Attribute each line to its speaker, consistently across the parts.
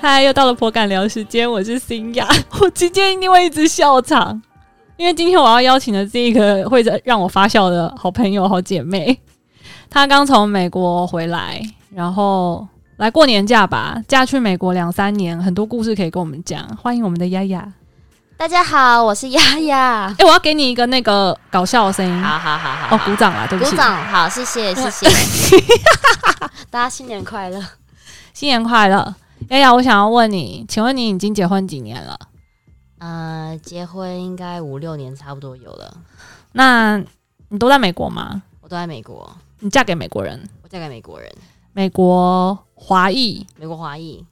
Speaker 1: 嗨，又到了颇感聊时间，我是新雅， 我今天一定会一直笑场，因为今天我要邀请的这一个会让我发笑的好朋友、好姐妹，她刚从美国回来，然后来过年假吧，嫁去美国两三年，很多故事可以跟我们讲。欢迎我们的丫丫，
Speaker 2: 大家好，我是丫丫
Speaker 1: 哎、。我要给你一个那个搞笑的声音，
Speaker 2: 好好好好
Speaker 1: 哦，鼓掌啦，对不
Speaker 2: 鼓
Speaker 1: 起，
Speaker 2: 掌，好，谢谢谢 谢，大家新年快乐。
Speaker 1: 新年快乐，丫丫，我想要问你，请问你已经结婚几年了？
Speaker 2: 呃，结婚应该五六年差不多有了，
Speaker 1: 那你都在美国吗？
Speaker 2: 我都在美国，
Speaker 1: 你嫁给美国人？
Speaker 2: 我嫁给美国人，
Speaker 1: 美国华裔。
Speaker 2: 美国华裔。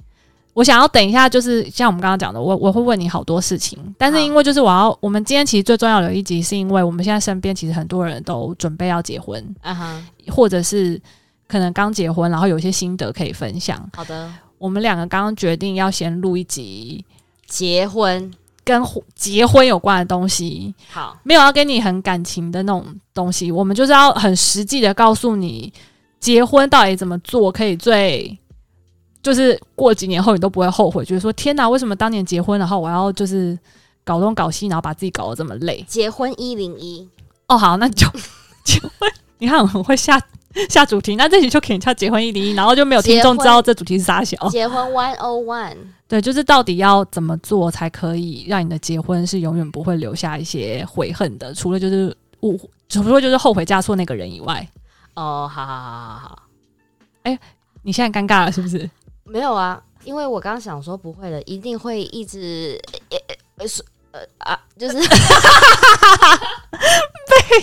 Speaker 1: 我想要等一下，就是像我们刚刚讲的，我我会问你好多事情，但是
Speaker 2: 好
Speaker 1: 因为就是我要，我们今天其实最重要的一集，是因为我们现在身边其实很多人都准备要结婚，
Speaker 2: 啊哈，
Speaker 1: 或者是可能刚结婚，然后有一些心得可以分享。
Speaker 2: 好的，
Speaker 1: 我们两个刚刚决定要先录一集
Speaker 2: 结婚
Speaker 1: 跟婚结婚有关的东西，
Speaker 2: 好，
Speaker 1: 没有要跟你很感情的那种东西，我们就是要很实际的告诉你，结婚到底怎么做可以最，就是过几年后你都不会后悔，就是说天哪，为什么当年结婚，然后我要就是搞东搞西，然后把自己搞得这么累？
Speaker 2: 结婚一零一，
Speaker 1: 哦，好，那就 结婚，你看我很会下下主题，那这集就可以叫结婚一零一，然后就没有听众
Speaker 2: 结婚
Speaker 1: 知道这主题是啥小。
Speaker 2: 结婚 one o one。
Speaker 1: 对，就是到底要怎么做才可以让你的结婚是永远不会留下一些悔恨的？除了就是误，除了就是后悔嫁错那个人以外，
Speaker 2: 哦，好好好好好，
Speaker 1: 你现在尴尬了是不是？
Speaker 2: 没有啊，因为我刚刚想说不会的，一定会一直呃呃呃说呃啊， 就是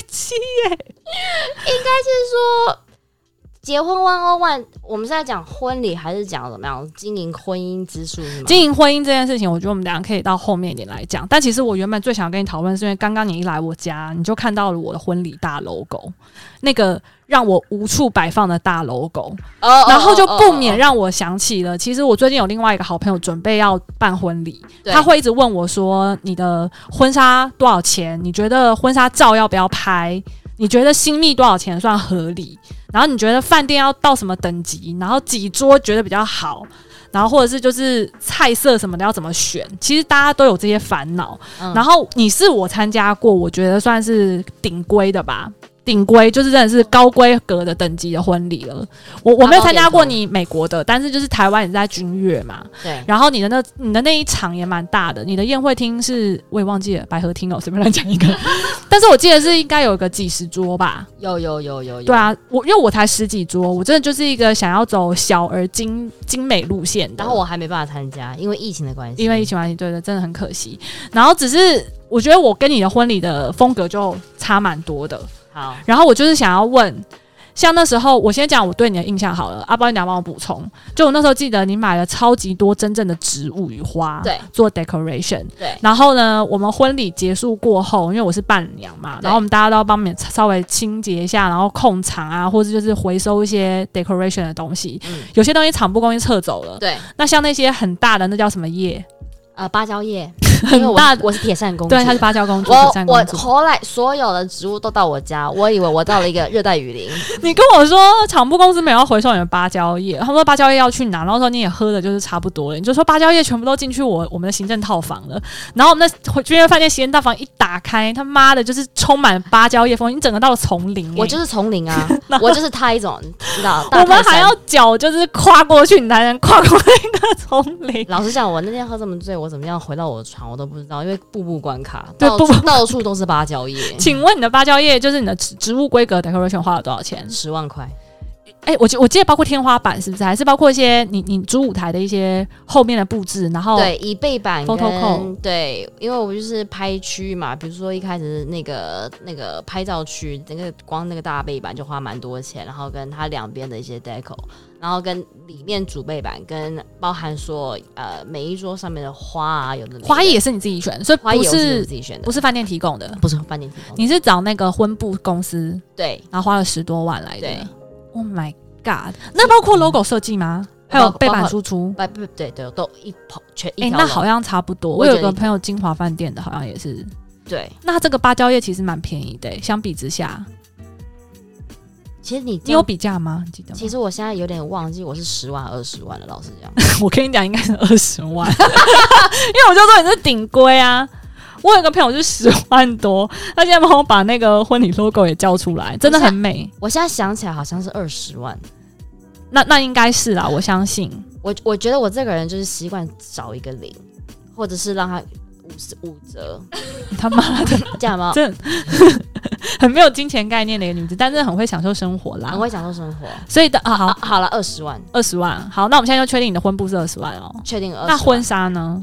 Speaker 1: 七
Speaker 2: 结婚 one o one，我们是在讲婚礼还是讲怎么样经营婚姻之术是吗？
Speaker 1: 经营婚姻这件事情，我觉得我们等一下可以到后面一点来讲。但其实我原本最想跟你讨论，是因为刚刚你一来我家，你就看到了我的婚礼大 logo，那个让我无处摆放的大 logo。
Speaker 2: 哦
Speaker 1: 然后就不免让我想起了，其实我最近有另外一个好朋友准备要办婚礼，
Speaker 2: 对
Speaker 1: 他会一直问我说：“你的婚纱多少钱？你觉得婚纱照要不要拍？你觉得新密多少钱算合理？然后你觉得饭店要到什么等级？然后几桌觉得比较好？”然后或者是就是菜色什么的要怎么选，其实大家都有这些烦恼。
Speaker 2: 嗯
Speaker 1: 然后你是我参加过，我觉得算是顶规的吧，顶规就是真的是高规格的等级的婚礼了。我我没有参加过你美国的，但是就是台湾也是在君悦嘛，
Speaker 2: 对，
Speaker 1: 然后你的那你的那一场也蛮大的，你的宴会厅是我也忘记了百合厅哦，随便乱讲 一个，但是我记得是应该有个几十桌吧，
Speaker 2: 有有有有有，
Speaker 1: 对。啊，我因为我才十几桌，我真的就是一个想要走小而精精美路线的，
Speaker 2: 然后我还没办法参加，因为疫情的关系。
Speaker 1: 因为一起玩，对的，真的很可惜。然后只是我觉得我跟你的婚礼的风格就差蛮多的，
Speaker 2: 好，
Speaker 1: 然后我就是想要问，像那时候我先讲我对你的印象好了，阿包你俩帮我补充。就我那时候记得你买了超级多真正的植物与花，
Speaker 2: 对
Speaker 1: 做 decoration。
Speaker 2: 对
Speaker 1: 然后呢，我们婚礼结束过后，因为我是伴娘嘛，
Speaker 2: 对
Speaker 1: 然后我们大家都要帮忙稍微清洁一下，然后控场啊，或者就是回收一些 decoration 的东西。
Speaker 2: 嗯
Speaker 1: 有些东西厂部公司撤走了，
Speaker 2: 对，
Speaker 1: 那像那些很大的那叫什么叶？
Speaker 2: 呃，芭蕉叶，因 为
Speaker 1: 很
Speaker 2: 我
Speaker 1: 大
Speaker 2: 是
Speaker 1: 的，
Speaker 2: 我是铁扇公主，
Speaker 1: 对，它是芭蕉公主，
Speaker 2: 我
Speaker 1: 铁扇公
Speaker 2: 我
Speaker 1: 主。
Speaker 2: 后来所有的植物都到我家，我以为我到了一个热带雨 林，
Speaker 1: 你跟我说厂部公司没有要回收你的芭蕉叶，他们说芭蕉叶要去哪，然后说你也喝的就是差不多了，你就说芭蕉叶全部都进去我我们的行政套房了。然后我们的君悦饭店行政套房一打开，他妈的就是充满芭蕉叶风，你整个到了丛林、欸
Speaker 2: 我就是丛林啊，我就是他一种，你知道？大
Speaker 1: 我们
Speaker 2: 泰山
Speaker 1: 还要脚就是跨过去，你才能跨过那个 丛林。
Speaker 2: 老实讲，我那天喝这么醉，我怎么样回到我的床，我都不知道，因为步步关卡，
Speaker 1: 对
Speaker 2: 到
Speaker 1: 步
Speaker 2: 处
Speaker 1: 步
Speaker 2: 到处都是芭蕉叶，
Speaker 1: 请问你的芭蕉叶就是你的植植物规格 decoration 花了多少钱？
Speaker 2: 十万块。
Speaker 1: 哎、我记我记得包括天花板是不是，还是包括一些你你主舞台的一些后面的布置，然后
Speaker 2: 对，以背板
Speaker 1: 哦 Photo
Speaker 2: 跟
Speaker 1: call
Speaker 2: 对，因为我就是拍区域嘛，比如说一开始那个那个拍照区，那个光那个大背板就花蛮多钱，然后跟它两边的一些 deco，然后跟里面主背板跟包含说呃每一桌上面的花啊，有的没的
Speaker 1: 花艺也是你自己选，所以
Speaker 2: 花艺
Speaker 1: 不
Speaker 2: 我是我
Speaker 1: 是
Speaker 2: 自己选的，
Speaker 1: 不是饭店提供的，
Speaker 2: 不是饭店提供的，
Speaker 1: 你是找那个婚布公司，
Speaker 2: 对
Speaker 1: 然后花了十多万来
Speaker 2: 对嗯
Speaker 1: 的。Oh my god！那包括 logo 设计吗？还有
Speaker 2: 包括
Speaker 1: 背板输出？
Speaker 2: 不不对对都一跑全
Speaker 1: 诶，
Speaker 2: 一
Speaker 1: 哎
Speaker 2: 条
Speaker 1: 那
Speaker 2: 龙、
Speaker 1: 好像差不多。我
Speaker 2: 我也觉
Speaker 1: 有
Speaker 2: 得
Speaker 1: 个朋友金华饭店的，好像也是。
Speaker 2: 对，
Speaker 1: 那它这个芭蕉叶其实蛮便宜的、相比之下，
Speaker 2: 其实你这
Speaker 1: 你有
Speaker 2: 样，
Speaker 1: 比价吗？你记得吗？
Speaker 2: 其实我现在有点忘记我是十万二十万了，老实讲，
Speaker 1: 我跟你讲，应该是二十 万，因为我就说你是顶规啊。我有个朋友就十万多，他现在帮我把那个婚礼 logo 也叫出来，真的很美。
Speaker 2: 我现在想起来好像是二十万。
Speaker 1: 那那应该是啦，我相信。
Speaker 2: 我我觉得我这个人就是习惯少一个零，或者是让他五十五 折，
Speaker 1: 你他妈的，
Speaker 2: 这样吗？
Speaker 1: 真 很没有金钱概念的一个女子，但是很会享受生活啦
Speaker 2: 很。会享受生活。
Speaker 1: 所以的啊，
Speaker 2: 啊
Speaker 1: 好，
Speaker 2: 好了，二十万，
Speaker 1: 二十万，好，那我们现在就确定你的婚布是二十万哦。
Speaker 2: 确定二十。
Speaker 1: 那婚纱呢？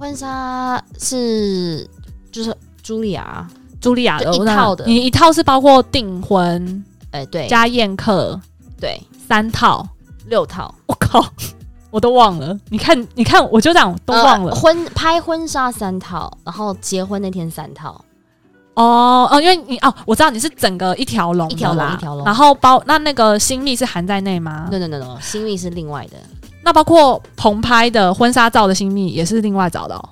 Speaker 2: 婚纱是就是茱莉亚，啊
Speaker 1: 茱莉亚的
Speaker 2: 就一
Speaker 1: 我那
Speaker 2: 套的
Speaker 1: 你一套是包括订婚
Speaker 2: 哎、对，
Speaker 1: 加宴客
Speaker 2: 对
Speaker 1: 三套，
Speaker 2: 六套
Speaker 1: 我靠，我都忘了。你看，你看，我就这样都忘了
Speaker 2: 呃。婚拍婚纱三套，然后结婚那天三套，
Speaker 1: 哦哦，因为你哦，我知道你是整个一条龙的啦，
Speaker 2: 呃一条龙一条龙
Speaker 1: 然后包那那个新密是含在内吗？
Speaker 2: no no no no，新密是另外的
Speaker 1: 那包括棚拍的婚纱照的新密也是另外找的哦。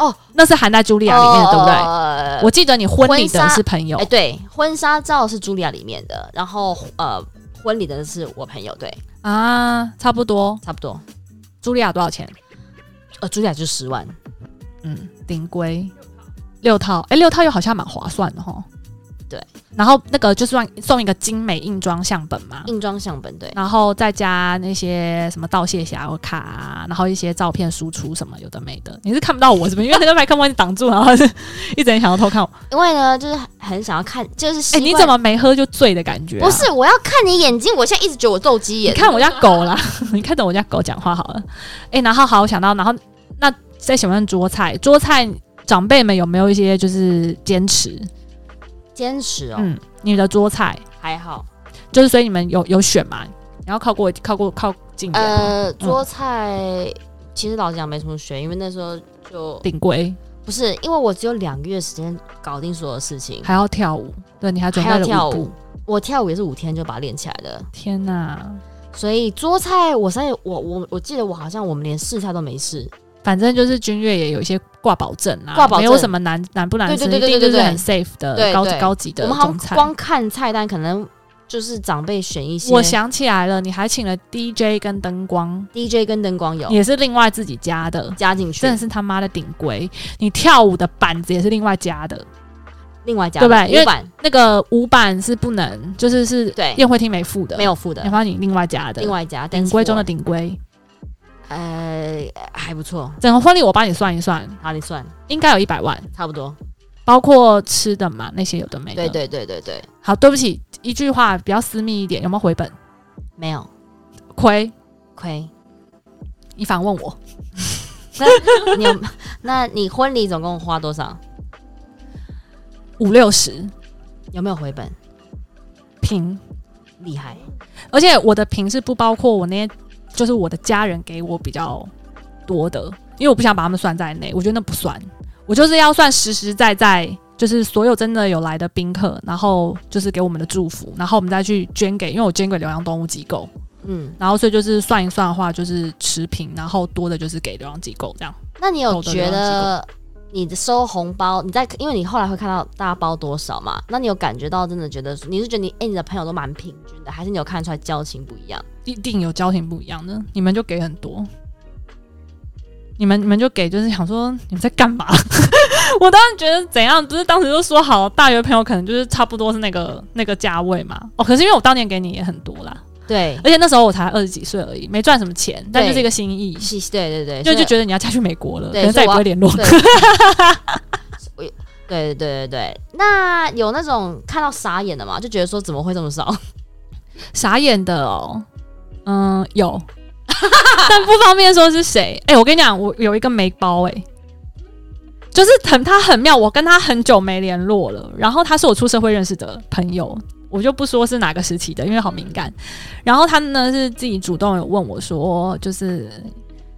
Speaker 2: 哦
Speaker 1: 那是含在茱莉亚里面的，对不对？
Speaker 2: 对
Speaker 1: 我记得你婚礼
Speaker 2: 婚纱
Speaker 1: 的是朋友
Speaker 2: 呃哎、，对，婚纱照是茱莉亚里面的，然后呃，婚礼的是我朋友，对，
Speaker 1: 啊，差不多。
Speaker 2: 差不多，
Speaker 1: 茱莉亚多少钱？
Speaker 2: 呃，茱莉亚就十万，
Speaker 1: 嗯，顶规六套，哎、六套又好像蛮划算的哈。
Speaker 2: 对，
Speaker 1: 然后那个就是送送一个精美硬装相本嘛，
Speaker 2: 硬装相本，对，
Speaker 1: 然后再加那些什么道谢侠卡、啊，然后一些照片输出什么有的没的，你是看不到我是不是？因为那个麦克风挡住，然后是一直很想要偷看我。
Speaker 2: 因为呢，就是很想要看，就是习
Speaker 1: 哎、
Speaker 2: 惯
Speaker 1: 你怎么没喝就醉的感觉、啊
Speaker 2: 不，是，我要看你眼睛，我现在一直觉得我斗鸡
Speaker 1: 你
Speaker 2: 眼。
Speaker 1: 看我家狗啦， 你看着我家狗讲话好了。哎、然后好，我想到，然后那再想问桌菜，桌菜长辈们有没有一些就是坚持？
Speaker 2: 坚持哦，
Speaker 1: 嗯，你的桌菜
Speaker 2: 还好。
Speaker 1: 就是，所以你们有有选嘛？然后靠过靠过靠近一点吗，
Speaker 2: 呃，桌菜其实老实讲没什么选，因为那时候就
Speaker 1: 顶规
Speaker 2: 不是，因为我只有两个月时间搞定所有事情。
Speaker 1: 还要跳舞，对，你还准备
Speaker 2: 还要
Speaker 1: 了
Speaker 2: 跳
Speaker 1: 舞步
Speaker 2: 舞我跳舞也是五天就把它练起来的，
Speaker 1: 天哪！
Speaker 2: 所以桌菜我在我我我记得我好像我们连试菜都没试，
Speaker 1: 反正就是君越也有一些挂保证啊，
Speaker 2: 挂保证
Speaker 1: 没有什么难难不难吃，
Speaker 2: 对对对对
Speaker 1: 一定就
Speaker 2: 对
Speaker 1: 是
Speaker 2: 对
Speaker 1: 很 safe 的
Speaker 2: 对
Speaker 1: 高
Speaker 2: 对
Speaker 1: 高级
Speaker 2: 我
Speaker 1: 的
Speaker 2: 们好
Speaker 1: 中
Speaker 2: 像
Speaker 1: 餐。
Speaker 2: 光看菜单可能就是长辈选一些
Speaker 1: 我想起来了，你还请了 DJ 跟灯光，
Speaker 2: DJ 跟灯光有
Speaker 1: 也是另外自己加的，
Speaker 2: 加进去
Speaker 1: 真的，是他妈的顶规。你跳舞的板子也是另外加的，
Speaker 2: 另外加
Speaker 1: 对不对因为
Speaker 2: 五版
Speaker 1: 那个舞板是不能，就是是
Speaker 2: 对
Speaker 1: 宴会厅没付的，
Speaker 2: 没有付的嗯
Speaker 1: 然，后你另外加的，
Speaker 2: 另外加
Speaker 1: 顶规中的顶规。
Speaker 2: 呃还不错，
Speaker 1: 整个婚礼我帮你算一算，
Speaker 2: 好你算
Speaker 1: 应该有一百万，
Speaker 2: 差不多，
Speaker 1: 包括吃的嘛，那些有的没的。
Speaker 2: 对。对对对对，
Speaker 1: 好，对不起，一句话比较私密一点，有没有回本？
Speaker 2: 没有
Speaker 1: 亏，
Speaker 2: 亏。
Speaker 1: 你反问我，
Speaker 2: 你有？那你婚礼总共花多少？
Speaker 1: 五六十
Speaker 2: 有没有回本？
Speaker 1: 平，
Speaker 2: 厉害，
Speaker 1: 而且我的平是不包括我那些，就是我的家人给我比较多的，因为我不想把他们算在内，我觉得那不算，我就是要算实实在在，就是所有真的有来的宾客，然后就是给我们的祝福，然后我们再去捐给，因为我捐给流浪动物机构，
Speaker 2: 嗯，
Speaker 1: 然后所以就是算一算的话，就是持平，然后多的就是给流浪机构这样。
Speaker 2: 那你有
Speaker 1: 够的
Speaker 2: 觉
Speaker 1: 流浪
Speaker 2: 得你的收红包，你在因为你后来会看到大家包多少嘛？那你有感觉到真的觉得你是觉得你哎、你的朋友都蛮平均的，还是你有看出来交情不一样？
Speaker 1: 一定有交情不一样的，你们就给很多，你们你们就给，就是想说你们在干嘛？ 我当时觉得怎样，不是当时就说好，大学朋友可能就是差不多是那个那个价位嘛。哦，可是因为我当年给你也很多啦，
Speaker 2: 对，
Speaker 1: 而且那时候我才二十几岁而已，没赚什么钱，但就是一个心意，
Speaker 2: 是，对对对，
Speaker 1: 就
Speaker 2: 所以
Speaker 1: 就觉得你要嫁去美国了，可
Speaker 2: 对
Speaker 1: 能再也不
Speaker 2: 所以我
Speaker 1: 会联络。
Speaker 2: 对。我对对对对对，那有那种看到傻眼的嘛，就觉得说怎么会这么少？
Speaker 1: 傻眼的哦，嗯，有， 但不方便说是谁。哎、我跟你讲，我有一个没包、哎，就是很他很妙，我跟他很久没联络了，然后他是我出社会认识的朋友。我就不说是哪个时期的，因为好敏感。然后他呢是自己主动有问我说，就是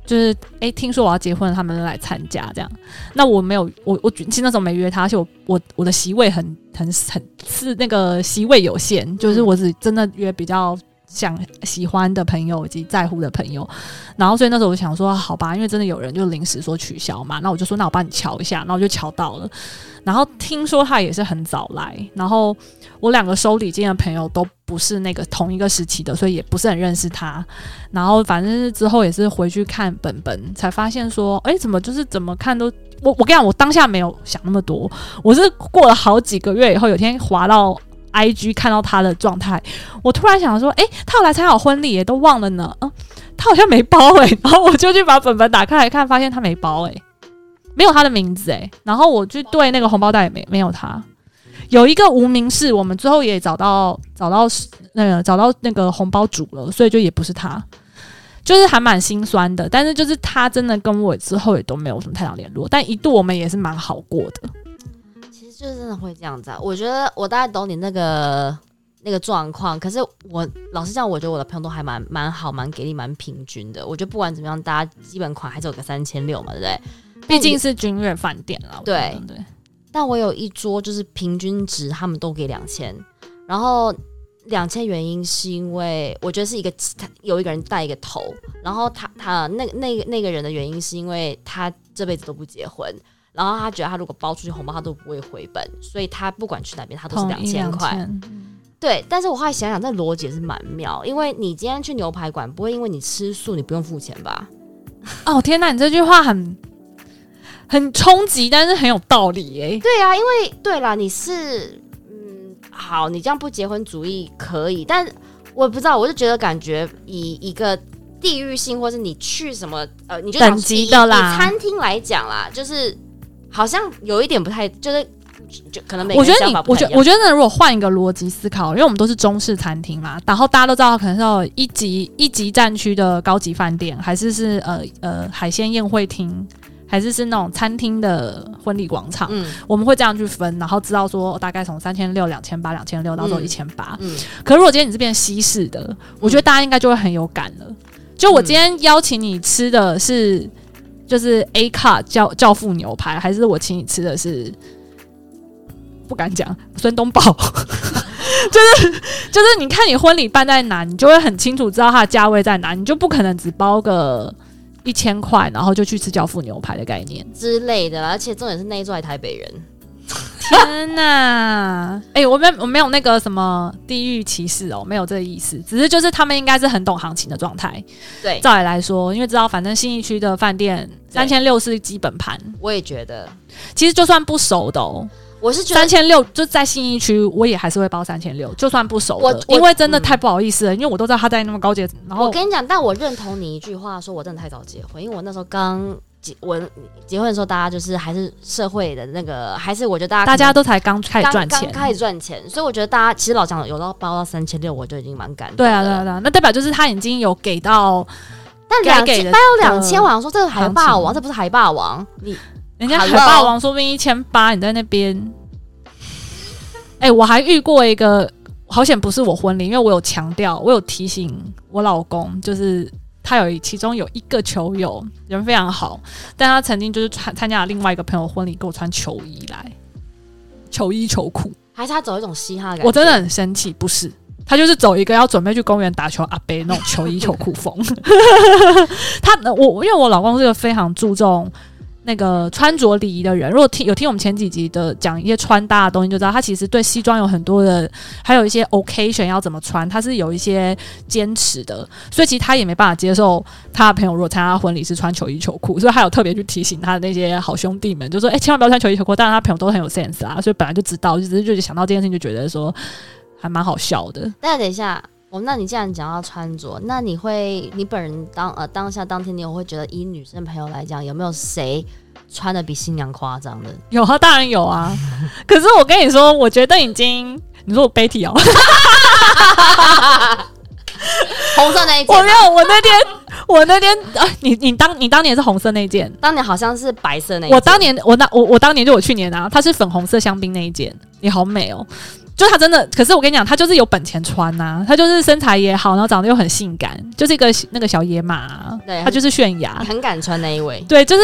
Speaker 1: 就是，哎、听说我要结婚了，他们来参加这样。那我没有，我我其实那时候没约他，而且我我我的席位很很很是那个席位有限，就是我只真的约比较想喜欢的朋友以及在乎的朋友。然后所以那时候我想说，好吧，因为真的有人就临时说取消嘛，那我就说那我帮你瞧一下，然后我就瞧到了。然后听说他也是很早来，然后我两个收礼金的朋友都不是那个同一个时期的，所以也不是很认识他。然后反正是之后也是回去看本本，才发现说，哎，怎么就是怎么看都我我跟你讲，我当下没有想那么多，我是过了好几个月以后，有天滑到 I G 看到他的状态，我突然想说，诶，他有来参加我婚礼耶，都忘了呢，嗯，他好像没包诶，然 后我就去把本本打开来看，发现他没包诶，没有他的名字诶，然后我就对那个红包袋也没没有他。有一个无名氏，我们最后也找到找到那个找到那个红包主了，所以就也不是他，就是还蛮心酸的。但是就是他真的跟我之后也都没有什么太大联络，但一度我们也是蛮好过的。
Speaker 2: 其实就是真的会这样子啊。我觉得我大概懂你那个那个状况，可是我老实讲，我觉得我的朋友都还蛮蛮好、蛮给力、蛮平均的。我觉得不管怎么样，大家基本款还是有个三千六嘛，对不对？
Speaker 1: 毕竟是君悦饭店啦，我觉得对，
Speaker 2: 但我有一桌就是平均值，他们都给两千，然后两千原因是因为我觉得是一个他有一个人带一个头，然后他他那那那个人的原因是因为他这辈子都不结婚。然后他觉得他如果包出去红包，他都不会回本，所以他不管去哪边，他都是
Speaker 1: 统
Speaker 2: 两
Speaker 1: 一
Speaker 2: 千块。
Speaker 1: 2000，
Speaker 2: 对，但是我后来想想，这逻辑也是蛮妙，因为你今天去牛排馆，不会因为你吃素你不用付钱吧？
Speaker 1: 哦天哪，你这句话很很冲击，但是很有道理耶、
Speaker 2: 对啊，因为对啦，你是嗯，好，你这样不结婚主义可以，但我不知道，我就觉得感觉以一个地域性，或是你去什么呃，你就
Speaker 1: 等级的啦
Speaker 2: 以以餐厅来讲啦，就是好像有一点不太，就是就可能每
Speaker 1: 我
Speaker 2: 个
Speaker 1: 觉
Speaker 2: 人
Speaker 1: 得
Speaker 2: 想
Speaker 1: 你
Speaker 2: 法，不
Speaker 1: 我
Speaker 2: 太
Speaker 1: 觉
Speaker 2: 一
Speaker 1: 得
Speaker 2: 样
Speaker 1: 我觉得如果换一个逻辑思考，因为我们都是中式餐厅嘛，然后大家都知道可能是要有一级一级战区的高级饭店，还是是呃呃海鲜宴会厅，还是是那种餐厅的婚礼广场，
Speaker 2: 嗯
Speaker 1: 我们会这样去分，然后知道说大概从三千六、两千八、两千六到时候
Speaker 2: 嗯
Speaker 1: 一千八，
Speaker 2: 嗯，
Speaker 1: 可如果今天你是变西式的，我觉得大家应该就会很有感了。就我今天邀请你吃的是，就是 A 卡教教父牛排，还是我请你吃的是？不敢讲孙东宝， 就是就是，你看你婚礼办在哪，你就会很清楚知道它的价位在哪，你就不可能只包个一千块，然后就去吃教父牛排的概念。
Speaker 2: 之类的啦，而且重点是那一座还台北人，
Speaker 1: 天呐！ 哎、我没我没有那个什么地域歧视哦，没有这个意思，只是就是他们应该是很懂行情的状态。
Speaker 2: 对，
Speaker 1: 照理来说，因为知道反正信义区的饭店
Speaker 2: 对
Speaker 1: 三千六是基本盘，
Speaker 2: 我也觉得，
Speaker 1: 其实就算不熟的哦，
Speaker 2: 我是觉得
Speaker 1: 三千六就在信义区，我也还是会包三千六，就算不熟的，
Speaker 2: 我我
Speaker 1: 因为真的
Speaker 2: 嗯
Speaker 1: 太不好意思了，因为我都知道他在那么高阶，然
Speaker 2: 我
Speaker 1: 后
Speaker 2: 跟你讲，但我认同你一句话，说我真的太早结婚，因为我那时候刚结我结婚的时候，大家就是还是社会的那个，还是我觉得大家
Speaker 1: 大家
Speaker 2: 可能
Speaker 1: 都才刚开始
Speaker 2: 刚
Speaker 1: 赚
Speaker 2: 刚
Speaker 1: 钱。
Speaker 2: 开始赚钱，所以我觉得大家其实老讲有到包到三千六，我就已经蛮感动
Speaker 1: 对啊，
Speaker 2: 的
Speaker 1: 对啊，
Speaker 2: 了啊
Speaker 1: 对啊，那代表就是他已经有给到
Speaker 2: 但
Speaker 1: 该
Speaker 2: 两
Speaker 1: 给
Speaker 2: 千
Speaker 1: 的
Speaker 2: 包到两千，我想说这个海霸
Speaker 1: 行
Speaker 2: 王，
Speaker 1: 情
Speaker 2: 这不是海霸王，你
Speaker 1: 人家海
Speaker 2: Hello
Speaker 1: 霸王，说不定一千八，你在那边。 哎、我还遇过一个，好险不是我婚礼，因为我有强调，我有提醒我老公，就是他有一其中有一个球友人非常好，但他曾经就是参参加了另外一个朋友婚礼，给我穿球衣来，球衣球裤，
Speaker 2: 还是他走一种嘻哈的感觉，
Speaker 1: 我真的很生气，不是。他就是走一个要准备去公园打球阿伯那种球衣球裤风。 他呃我因为我老公是个非常注重那个穿着礼仪的人，如果听有听我们前几集的讲一些穿搭的东西，就知道他其实对西装有很多的，还有一些 occasion 要怎么穿，他是有一些坚持的。所以其实他也没办法接受他的朋友如果参加婚礼是穿球衣球裤，所以他有特别去提醒他的那些好兄弟们，就说：“哎、千万不要穿球衣球裤。”但是他朋友都很有 sense 啊，所以本来就知道，就只是就是想到这件事情就觉得说还蛮好笑的。
Speaker 2: 但等一下，我那你既然讲到穿着，那你会你本人当呃当下当天，你有会觉得以女生朋友来讲，有没有谁穿的比新娘夸张的？
Speaker 1: 有啊，当然有啊。 可是我跟你说，我觉得已经，你说我 Betty 哦，
Speaker 2: 红色那一
Speaker 1: 我
Speaker 2: 件
Speaker 1: 没
Speaker 2: 吗，
Speaker 1: 有，我那天，我那天啊，你你当你当年是红色那一件，
Speaker 2: 当年好像是白色那一件。
Speaker 1: 我当年我那我我当年就我去年啊，它是粉红色香槟那一件，也好美哦。就它真的，可是我跟你讲，它就是有本钱穿呐、它就是身材也好，然后长得又很性感，就是一个那个小野马啊、
Speaker 2: 对
Speaker 1: 它就是泫雅，
Speaker 2: 很敢穿那一位，
Speaker 1: 对，就是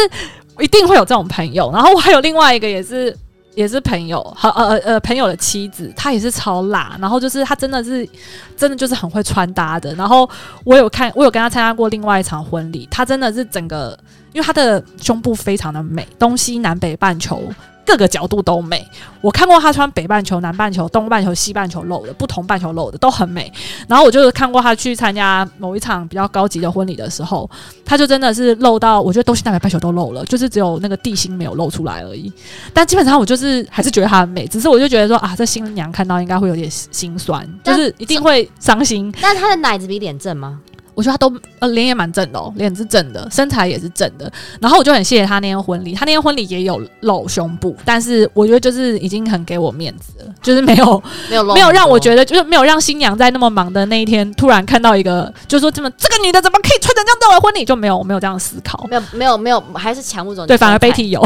Speaker 1: 一定会有这种朋友。然后我还有另外一个也是也是朋友，好呃呃呃朋友的妻子，她也是超辣。然后就是她真的是真的就是很会穿搭的。然后我有看，我有跟她参加过另外一场婚礼，她真的是整个，因为她的胸部非常的美，东西南北半球。各个角度都美。我看过她穿北半球、南半球、东半球、西半球露的，不同半球露的都很美。然后我就是看过她去参加某一场比较高级的婚礼的时候，她就真的是露到，我觉得东西南北半球都露了，就是只有那个地心没有露出来而已。但基本上我就是还是觉得她很美，只是我就觉得说啊，这新娘看到应该会有点心酸，就
Speaker 2: 但
Speaker 1: 是一定会伤心。
Speaker 2: 但他的奶子比脸正吗？
Speaker 1: 我觉得他都呃脸也蛮正的、哦，脸是正的，身材也是正的。然后我就很谢谢他那天婚礼，他那天婚礼也有露胸部，但是我觉得就是已经很给我面子了，就是没有
Speaker 2: 没 有露，
Speaker 1: 没有让我觉得就是没有让新娘在那么忙的那一天突然看到一个，就说这么这个女的怎么可以穿成这样到我的婚礼，就没有我没有这样思考。
Speaker 2: 没有没有没有，还是强物种。
Speaker 1: 对，反而 Betty 有，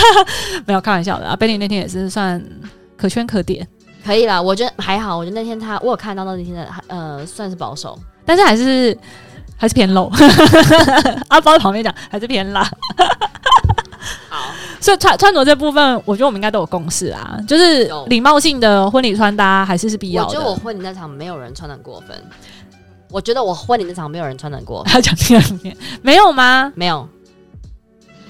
Speaker 1: 没有开玩笑的啊，Betty 那天也是算可圈可点，
Speaker 2: 可以啦，我觉得还好。我觉得那天他我有看到那天的呃，算是保守。
Speaker 1: 但是还是还是 偏啊 low。阿包在旁边讲还是偏辣。
Speaker 2: 好，
Speaker 1: 所以穿穿着这部分，我觉得我们应该都有共识啊，就是
Speaker 2: 有
Speaker 1: 礼貌性的婚礼穿搭还是是必
Speaker 2: 我
Speaker 1: 要
Speaker 2: 觉得 我
Speaker 1: 的。
Speaker 2: 婚礼那场没有人穿的过分。我觉得我婚礼那场没有人穿的 过分，
Speaker 1: 他讲第二遍没有吗？
Speaker 2: 没有。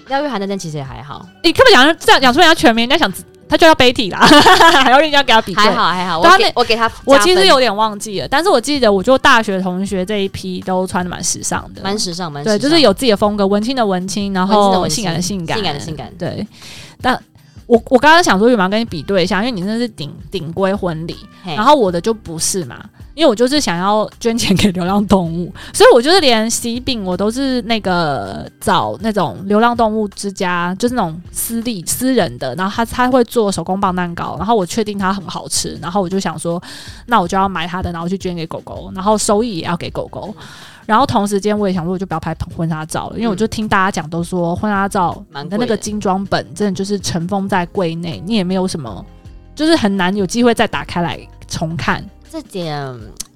Speaker 2: 廖玉涵那天其实也还好，
Speaker 1: 你根本讲这样讲出人家全名，人家想他就要 Betty 啦， 还要人家给他比对
Speaker 2: 还。好还好。
Speaker 1: 对
Speaker 2: 我
Speaker 1: 他
Speaker 2: 给
Speaker 1: 那
Speaker 2: 我给他加分，
Speaker 1: 我其实有点忘记了，但是我记得，我就大学同学这一批都穿的蛮时尚的，
Speaker 2: 蛮时尚，蛮时
Speaker 1: 对，
Speaker 2: 尚
Speaker 1: 就是有自己的风格，文青的文青，然
Speaker 2: 文青的
Speaker 1: 后
Speaker 2: 文青
Speaker 1: 性感的性感，
Speaker 2: 性感的性感
Speaker 1: 对，但我我刚刚想说，有没有跟你比对一下？因为你那是顶顶规婚礼，
Speaker 2: 嘿
Speaker 1: 然后我的就不是嘛，因为我就是想要捐钱给流浪动物，所以我就是连喜饼我都是那个找那种流浪动物之家，就是那种私立私人的，然后他他会做手工棒蛋糕，然后我确定它很好吃，然后我就想说，那我就要买它的，然后去捐给狗狗，然后收益也要给狗狗。然后同时间我也想说，我就不要拍婚纱照了，因为
Speaker 2: 嗯
Speaker 1: 我就听大家讲都说婚纱照
Speaker 2: 蛮
Speaker 1: 的
Speaker 2: 贵的
Speaker 1: 那个精装本真的就是尘封在柜内，你也没有什么，就是很难有机会再打开来重看。
Speaker 2: 这点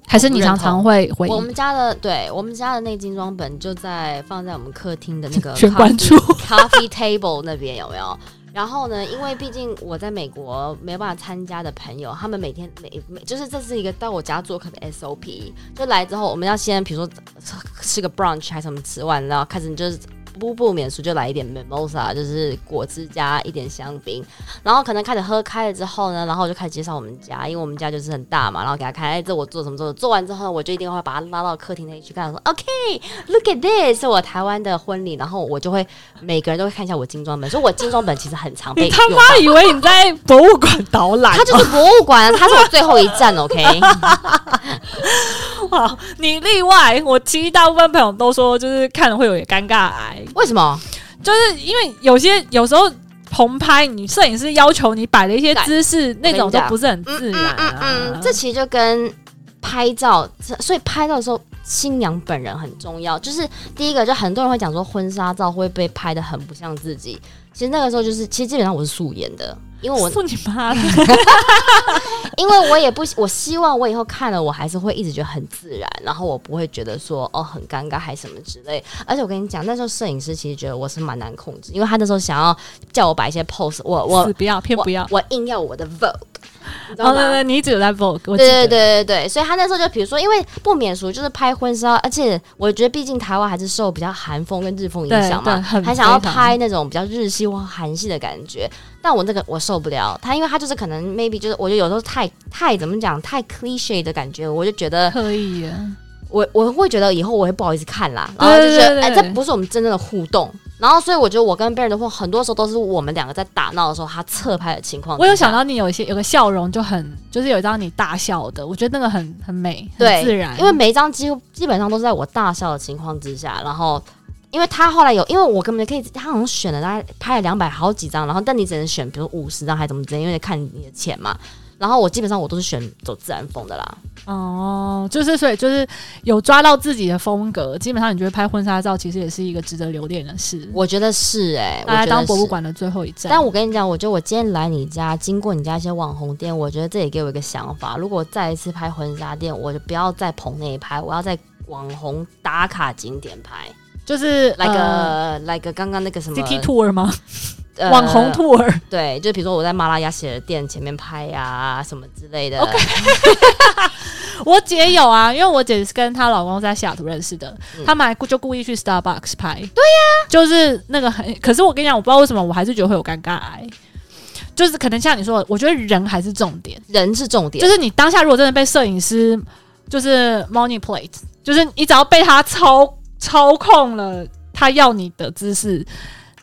Speaker 1: 还是你常常会回
Speaker 2: 我
Speaker 1: 忆
Speaker 2: 们家的，对我们家的那个精装本就在放在我们客厅的 那个
Speaker 1: 全关注
Speaker 2: coffee table 那边有没有？然后呢，因为毕竟我在美国没有办法参加的朋友，他们每天每每就是这是一个到我家做客的 SOP，就来之后我们要先比如说吃吃个 brunch 还是什么吃完，然后开始就是。不不免俗就来一点 mimosa，就是果汁加一点香槟，然后可能开始喝开了之后呢，然后我就开始介绍我们家，因为我们家就是很大嘛，然后给他看，哎，这我做什么做的，做完之后我就一定会把他拉到客厅那里去看，说 OK，look、at this，是我台湾的婚礼，然后我就会每个人都会看一下我精装本，所以我精装本其实很常被
Speaker 1: 你
Speaker 2: 用
Speaker 1: 他妈以为你在博物馆导览？
Speaker 2: 它就是博物馆，它是我最后一站，OK？
Speaker 1: 好，你例外。我其实大部分朋友都说，就是看了会有点尴尬癌，
Speaker 2: 为什么？
Speaker 1: 就是因为有些有时候棚拍，你摄影师要求你摆的一些姿势，那种都不是很自然啊。
Speaker 2: 嗯，这其实就跟拍照，所以拍照的时候，新娘本人很重要。就是第一个，就很多人会讲说婚纱照会被拍的很不像自己。其实那个时候就是，其实基本上我是素颜的，因为我
Speaker 1: 送你妈的！
Speaker 2: 因为我也不，我希望我以后看了，我还是会一直觉得很自然，然后我不会觉得说哦很尴尬还什么之类。而且我跟你讲，那时候摄影师其实觉得我是蛮难控制，因为他那时候想要叫我摆一些 pose，我我
Speaker 1: 死不要，偏不要。
Speaker 2: 我，我硬要我的 vogue，你知道
Speaker 1: 哦，
Speaker 2: 吗？
Speaker 1: 对对，你一直有在 Vogue，我记
Speaker 2: 对
Speaker 1: 得
Speaker 2: 对对对对，所以他那时候就比如说，因为不免俗就是拍婚纱，而且我觉得毕竟台湾还是受比较韩风跟日风影响
Speaker 1: 对对
Speaker 2: 嘛，
Speaker 1: 很
Speaker 2: 还想要
Speaker 1: 非常
Speaker 2: 拍那种比较日系或韩系的感觉。但我那个我受不了他，因为他就是可能 maybe 就是我觉得有时候太太怎么讲太 cliche 的感觉，我就觉得
Speaker 1: 刻意耶。
Speaker 2: 我我会觉得以后我会不好意思看啦，然后就觉
Speaker 1: 对对
Speaker 2: 得
Speaker 1: 对
Speaker 2: 哎、
Speaker 1: 对
Speaker 2: 这不是我们真正的互动。然后所以我觉得我跟 b e 的互动很多时候都是我们两个在打闹的时候，他侧拍的情况。
Speaker 1: 我有想。到你有一些有个笑容就很，就是有一张你大笑的，我觉得那个很很美，
Speaker 2: 对，
Speaker 1: 很自然。
Speaker 2: 因为每一张几乎基本上都是在我大笑的情况之下，然后。因为他后来有，因为我根本可以，他好像选了大概拍了两百好几张，然后但你只能选比如五十张还是怎么怎样，因为看你的钱嘛。然后我基本上我都是选走自然风的
Speaker 1: 嗯
Speaker 2: 啦，
Speaker 1: 哦，就是所以就是有抓到自己的风格，基本上你觉得拍婚纱照其实也是一个值得留恋的事，
Speaker 2: 我觉得是哎、我
Speaker 1: 大
Speaker 2: 觉
Speaker 1: 家
Speaker 2: 得
Speaker 1: 当博物
Speaker 2: 是。
Speaker 1: 馆的最后一站。
Speaker 2: 但我跟你讲，我觉得我今天来你家，经过你家一些网红店，我觉得这也给我一个想法。如果我再一次拍婚纱店，我就不要在棚内拍，我要在网红打卡景点拍，
Speaker 1: 就是
Speaker 2: 来
Speaker 1: 呃
Speaker 2: 个来个刚刚那个什么
Speaker 1: CT tour 吗？
Speaker 2: 呃
Speaker 1: 网红 tour
Speaker 2: 对，就比如说我在马拉雅写的店前面拍呀、什么之类的。
Speaker 1: 我姐有啊，因为我姐是跟她老公在西雅图认识的，
Speaker 2: 嗯
Speaker 1: 他们还故就故意去 Starbucks 拍。对呀、就是那个很，可是我跟你讲，我不知道为什么，我还是觉得会有尴尬癌。就是可能像你说的，我觉得人还是重点。
Speaker 2: 人是重点，
Speaker 1: 就是你当下如果真的被摄影师就是 manipulate，就是你只要被他操操控了，他要你的姿势，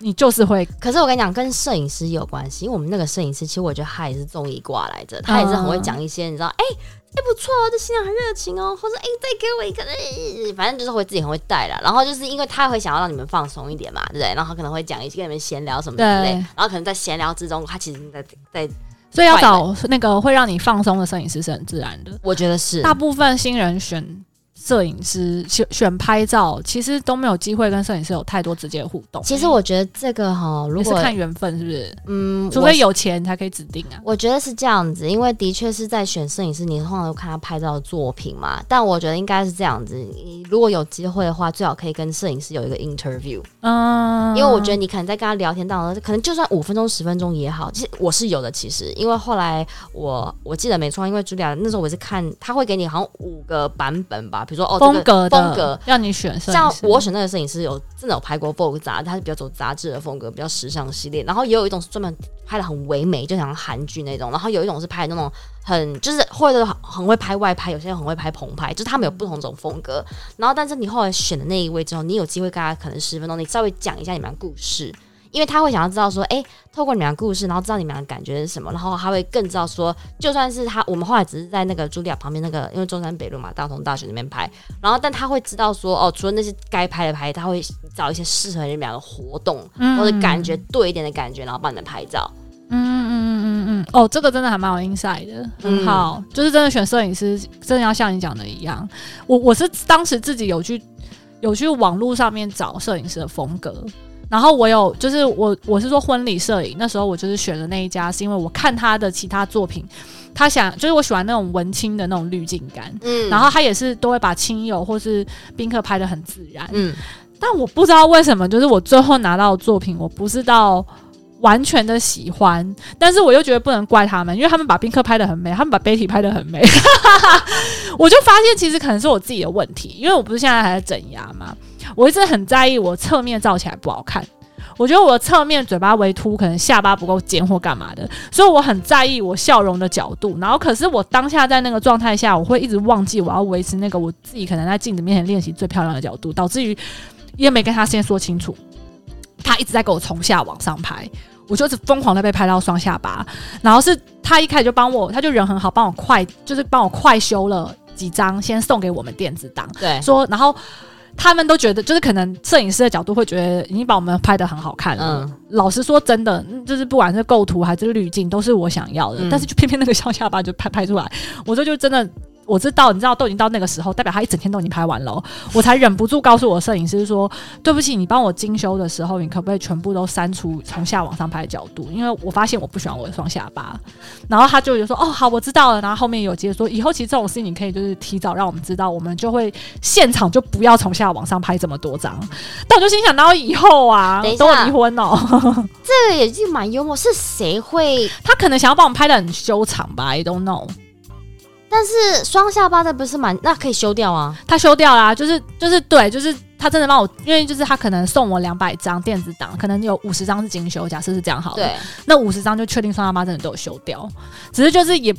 Speaker 1: 你就是会
Speaker 2: 可是我跟你讲，跟摄影师也有关系，因为我们那个摄影师，其实我觉得他也是综艺挂来着，
Speaker 1: 嗯
Speaker 2: 他也是很会讲一些，你知道，哎、哎、不错哦，这新娘很热情哦，或者哎、再给我一个，哎反正就是会自己很会带啦。然后就是因为他会想要让你们放松一点嘛，对不对？然后他可能会讲一些跟你们闲聊什么之类
Speaker 1: 对，
Speaker 2: 然后可能在闲聊之中，他其实在在，
Speaker 1: 所以要找那个会让你放松的摄影师是很自然的。
Speaker 2: 我觉得是
Speaker 1: 大部分新人选摄影师选选拍照，其实都没有机会跟摄影师有太多直接的互动。
Speaker 2: 其实我觉得这个哈，如
Speaker 1: 也是
Speaker 2: 果
Speaker 1: 看缘分，是不是？
Speaker 2: 嗯，
Speaker 1: 除
Speaker 2: 我
Speaker 1: 非有钱才可以指定啊。
Speaker 2: 我觉得是这样子，因为的确是在选摄影师，你通常都看他拍照的作品嘛。但我觉得应该是这样子，你如果有机会的话，最好可以跟摄影师有一个 interview，、
Speaker 1: 嗯，
Speaker 2: 因为我觉得你可能在跟他聊天当中，可能就算五分钟、十分钟也好，其实我是有的。其实，因为后来我我记得没错，因为茱莉亚那时候我是看，他会给你好像五个版本吧，比如说哦，这
Speaker 1: 风
Speaker 2: 个
Speaker 1: 格的
Speaker 2: 风格。
Speaker 1: 让你选摄影
Speaker 2: 像
Speaker 1: 师，
Speaker 2: 我选那个摄影师有真的有拍过 Vogue 杂志，他是比较走杂志的风格，比较时尚系列。然后也有一种是专门拍的很唯美，就像韩剧那种。然后有一种是拍那种很就是或者很很会拍外拍，有些人很会拍棚拍，就是他们有不同种风格。然后但是你后来选的那一位之后，你有机会跟他可能十分钟，你稍微讲一下你们的故事。因为他会想要知道说，诶，透过你们的故事，然后知道你们的感觉是什么，然后他会更知道说，就算是他，我们后来只是在那个茱莉亚旁边那个，因为中山北路嘛，大同大学那边拍，然后但他会知道说，哦，除了那些该拍的拍，他会找一些适合你们两个活动、
Speaker 1: 嗯
Speaker 2: 或者感觉对一点的感觉，然后帮你们拍照。
Speaker 1: 嗯嗯嗯嗯嗯，哦，这个真的还蛮有 insight 的，很好，就是真的选摄影师，真的要像你讲的一样，我我是当时自己有去有去网络上面找摄影师的风格。然后我有，就是我我是说婚礼摄影，那时候我就是选的那一家，是因为我看他的其他作品，他想就是我喜欢那种文青的那种滤镜感，
Speaker 2: 嗯
Speaker 1: 然后他也是都会把亲友或是宾客拍的很自然，
Speaker 2: 嗯，
Speaker 1: 但我不知道为什么，就是我最后拿到的作品，我不是到完全的喜欢，但是我又觉得不能怪他们，因为他们把宾客拍的很美，他们把 Betty 拍的很美， 我就发现其实可能是我自己的问题，因为我不是现在还在整牙嘛，我一直很在意我侧面照起来不好看。我觉得我的侧面嘴巴微凸，可能下巴不够尖或干嘛的，所以我很在意我笑容的角度。然后，可是我当下在那个状态下，我会一直忘记我要维持那个我自己可能在镜子面前练习最漂亮的角度，导致于也没跟他先说清楚，他一直在给我从下往上拍，我就是疯狂的被拍到双下巴，然后是他一开始就帮我，他就人很好，帮我快就是帮我快修了几张，先送给我们电子档，
Speaker 2: 对，
Speaker 1: 说然后。他们都觉得，就是可能摄影师的角度会觉得已经把我们拍的很好看了。
Speaker 2: 嗯
Speaker 1: 老实说，真的，嗯就是不管是构图还是滤镜，都是我想要的。
Speaker 2: 嗯
Speaker 1: 但是就偏偏那个双下巴就拍拍出来，我这就真的我知道，你知道都已经到那个时候，代表他一整天都已经拍完了哦，我才忍不住告诉我摄影师说：“对不起，你帮我精修的时候，你可不可以全部都删除从下往上拍的角度？因为我发现我不喜欢我的双下巴。”然后他就有说：“哦，好，我知道了。”然后后面有接着说：“以后其实这种事情你可以就是提早让我们知道，我们就会现场就不要从下往上拍这么多张。”但我就心想：“然后以后啊
Speaker 2: 等一，下
Speaker 1: 等我离婚哦。”
Speaker 2: 这个也是蛮幽默，是谁会？
Speaker 1: 他可能想要帮我们拍的很修长吧，I don't know。
Speaker 2: 但是双下巴的不是蛮，那可以修掉啊。
Speaker 1: 他修掉啦、就是就是对，就是他真的帮我，因为就是他可能送我两百张电子档，可能有五十张是精修，假设是这样好了，
Speaker 2: 对，
Speaker 1: 那五十张就确定双下巴真的都有修掉，只是就是也。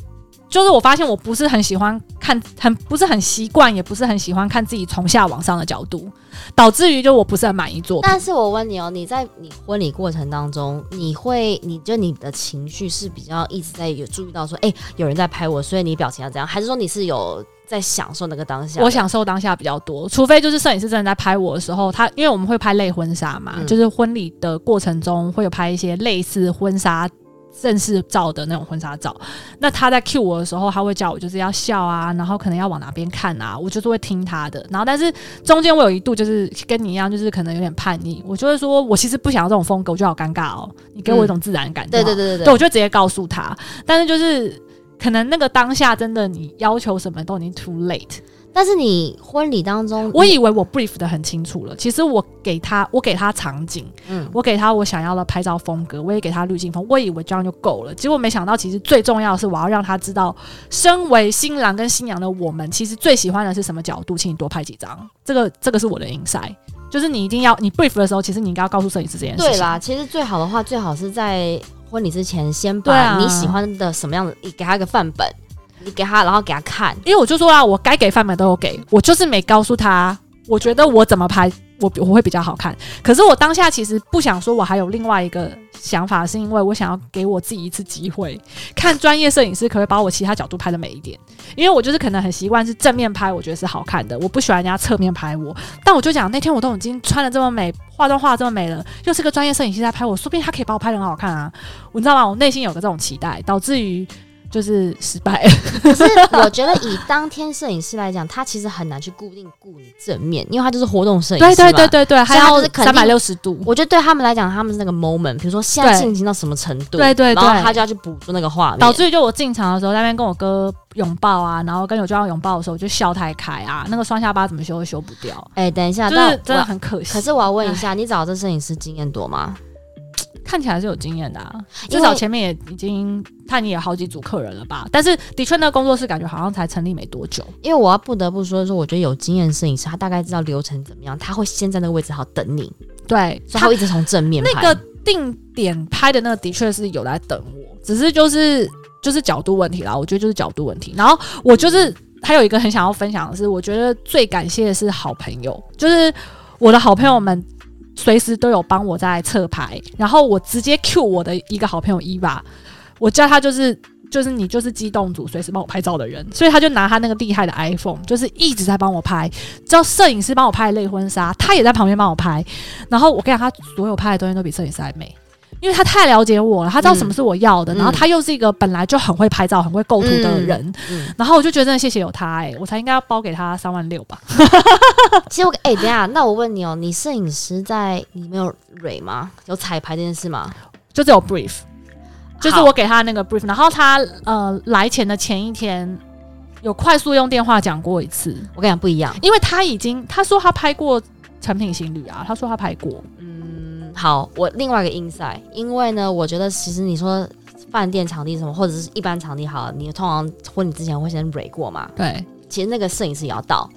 Speaker 1: 就是我发现我不是很喜欢看，很不是很习惯，也不是很喜欢看自己从下往上的角度，导致于就我不是很满意作品。
Speaker 2: 但是我问你哦，你在你婚礼过程当中，你会，你就你的情绪是比较一直在有注意到说，哎、有人在拍我，所以你表情要这样，还是说你是有在享受那个当下的？
Speaker 1: 我享受当下比较多，除非就是摄影师真的在拍我的时候，他因为我们会拍类婚纱嘛，
Speaker 2: 嗯
Speaker 1: 就是婚礼的过程中会有拍一些类似婚纱正式照的那种婚纱照。那他在 cue 我的时候，他会叫我就是要笑啊，然后可能要往哪边看啊，我就是会听他的。然后但是中间我有一度就是跟你一样，就是可能有点叛逆，我就会说我其实不想要这种风格，我就好尴尬哦，你给我一种自然感就好、
Speaker 2: 对对对对
Speaker 1: 对，我就直接告诉他。但是就是可能那个当下真的你要求什么都已经 too late。
Speaker 2: 但是你婚礼当中，
Speaker 1: 我以为我 brief 的很清楚了，其实我给他，我给他场景，
Speaker 2: 嗯
Speaker 1: 我给他我想要的拍照风格，我也给他滤镜风，我以为这样就够了。结果没想到，其实最重要的是我要让他知道，身为新郎跟新娘的我们，其实最喜欢的是什么角度，请你多拍几张。这个这个是我的 insight，就是你一定要你 brief 的时候，其实你应该要告诉摄影师这件事情。
Speaker 2: 对啦，其实最好的话，最好是在。婚礼之前，先
Speaker 1: 对啊
Speaker 2: 把你喜欢的什么样的，你给他一个范本，你给他，然后给他 看，
Speaker 1: 因为我就说啊啦，我该给范本都有给，我就是没告诉他，我觉得我怎么拍，我我会比较好看。可是我当下其实不想说，我还有另外一个想法，是因为我想要给我自己一次机会，看专业摄影师可不可以把我其他角度拍的美一点。因为我就是可能很习惯是正面拍，我觉得是好看的，我不喜欢人家侧面拍我。但我就讲那天我都已经穿的这么美，化妆化的这么美了，又是个专业摄影师在拍我，说不定他可以把我拍的很好看啊。我你知道吗？我内心有个这种期待，导致于就是失败。
Speaker 2: 可是我觉得以当天摄影师来讲，他其实很难去固定顾你正面，因为他就是活动摄影
Speaker 1: 对
Speaker 2: 师嘛。
Speaker 1: 对对对对，还
Speaker 2: 所以他
Speaker 1: 要
Speaker 2: 就是肯
Speaker 1: 三
Speaker 2: 定
Speaker 1: 百六十度。
Speaker 2: 我觉得对他们来讲，他们是那个 moment，比如说现在
Speaker 1: 对
Speaker 2: 进行到什么程度，
Speaker 1: 对对对
Speaker 2: 然后他就要去捕捉那个画面，
Speaker 1: 导致于就我进场的时候，在那边跟我哥拥抱啊，然后跟有对象拥抱的时候，我就笑太开啊，那个双下巴怎么修都修不掉，
Speaker 2: 哎、等一下，
Speaker 1: 就
Speaker 2: 但
Speaker 1: 是
Speaker 2: 我
Speaker 1: 真的很可惜。
Speaker 2: 可是我要问一下，你找这摄影师经验多吗？
Speaker 1: 看起来是有经验的、啊，
Speaker 2: 因为
Speaker 1: 至少前面也已经看你也好几组客人了吧？但是的确，那个工作室感觉好像才成立没多久。
Speaker 2: 因为我要不得不说，说我觉得有经验的摄影师，他大概知道流程怎么样，他会先在那个位置好等你，
Speaker 1: 对，
Speaker 2: 所以他会一直从正面拍。
Speaker 1: 那个定点拍的那个的确是有来等我，只是就是就是角度问题啦，我觉得就是角度问题。然后我就是还有一个很想要分享的是，我觉得最感谢的是好朋友，就是我的好朋友们。随时都有帮我在侧拍，然后我直接 Q 我的一个好朋友伊娃，我叫他就是就是你就是机动组随时帮我拍照的人，所以他就拿他那个厉害的 iPhone，就是一直在帮我拍，只要摄影师帮我拍类婚纱，他也在旁边帮我拍。然后我跟你讲，他所有拍的东西都比摄影师还美，因为他太了解我了，他知道什么是我要的，
Speaker 2: 嗯
Speaker 1: 然后他又是一个本来就很会拍照、很会构图的人。
Speaker 2: 嗯，
Speaker 1: 然后我就觉得真的谢谢有他、欸，我才应该要包给他三万六吧。
Speaker 2: 其实我哎、等一下，那我问你哦，你摄影师在你没有蕊吗？有彩排这件事吗？
Speaker 1: 就只有 brief，就是
Speaker 2: 好
Speaker 1: 我给他那个 brief，然后他呃来前的前一天有快速用电话讲过一次，
Speaker 2: 我跟你讲不一样。
Speaker 1: 因为他已经他说他拍过成品情侣啊，他说他拍过，
Speaker 2: 嗯，好，我另外一个 insight，因为呢，我觉得其实你说饭店场地什么，或者是一般场地好了，你通常婚礼之前会先蕊过嘛，
Speaker 1: 对，
Speaker 2: 其实那个摄影师也要到。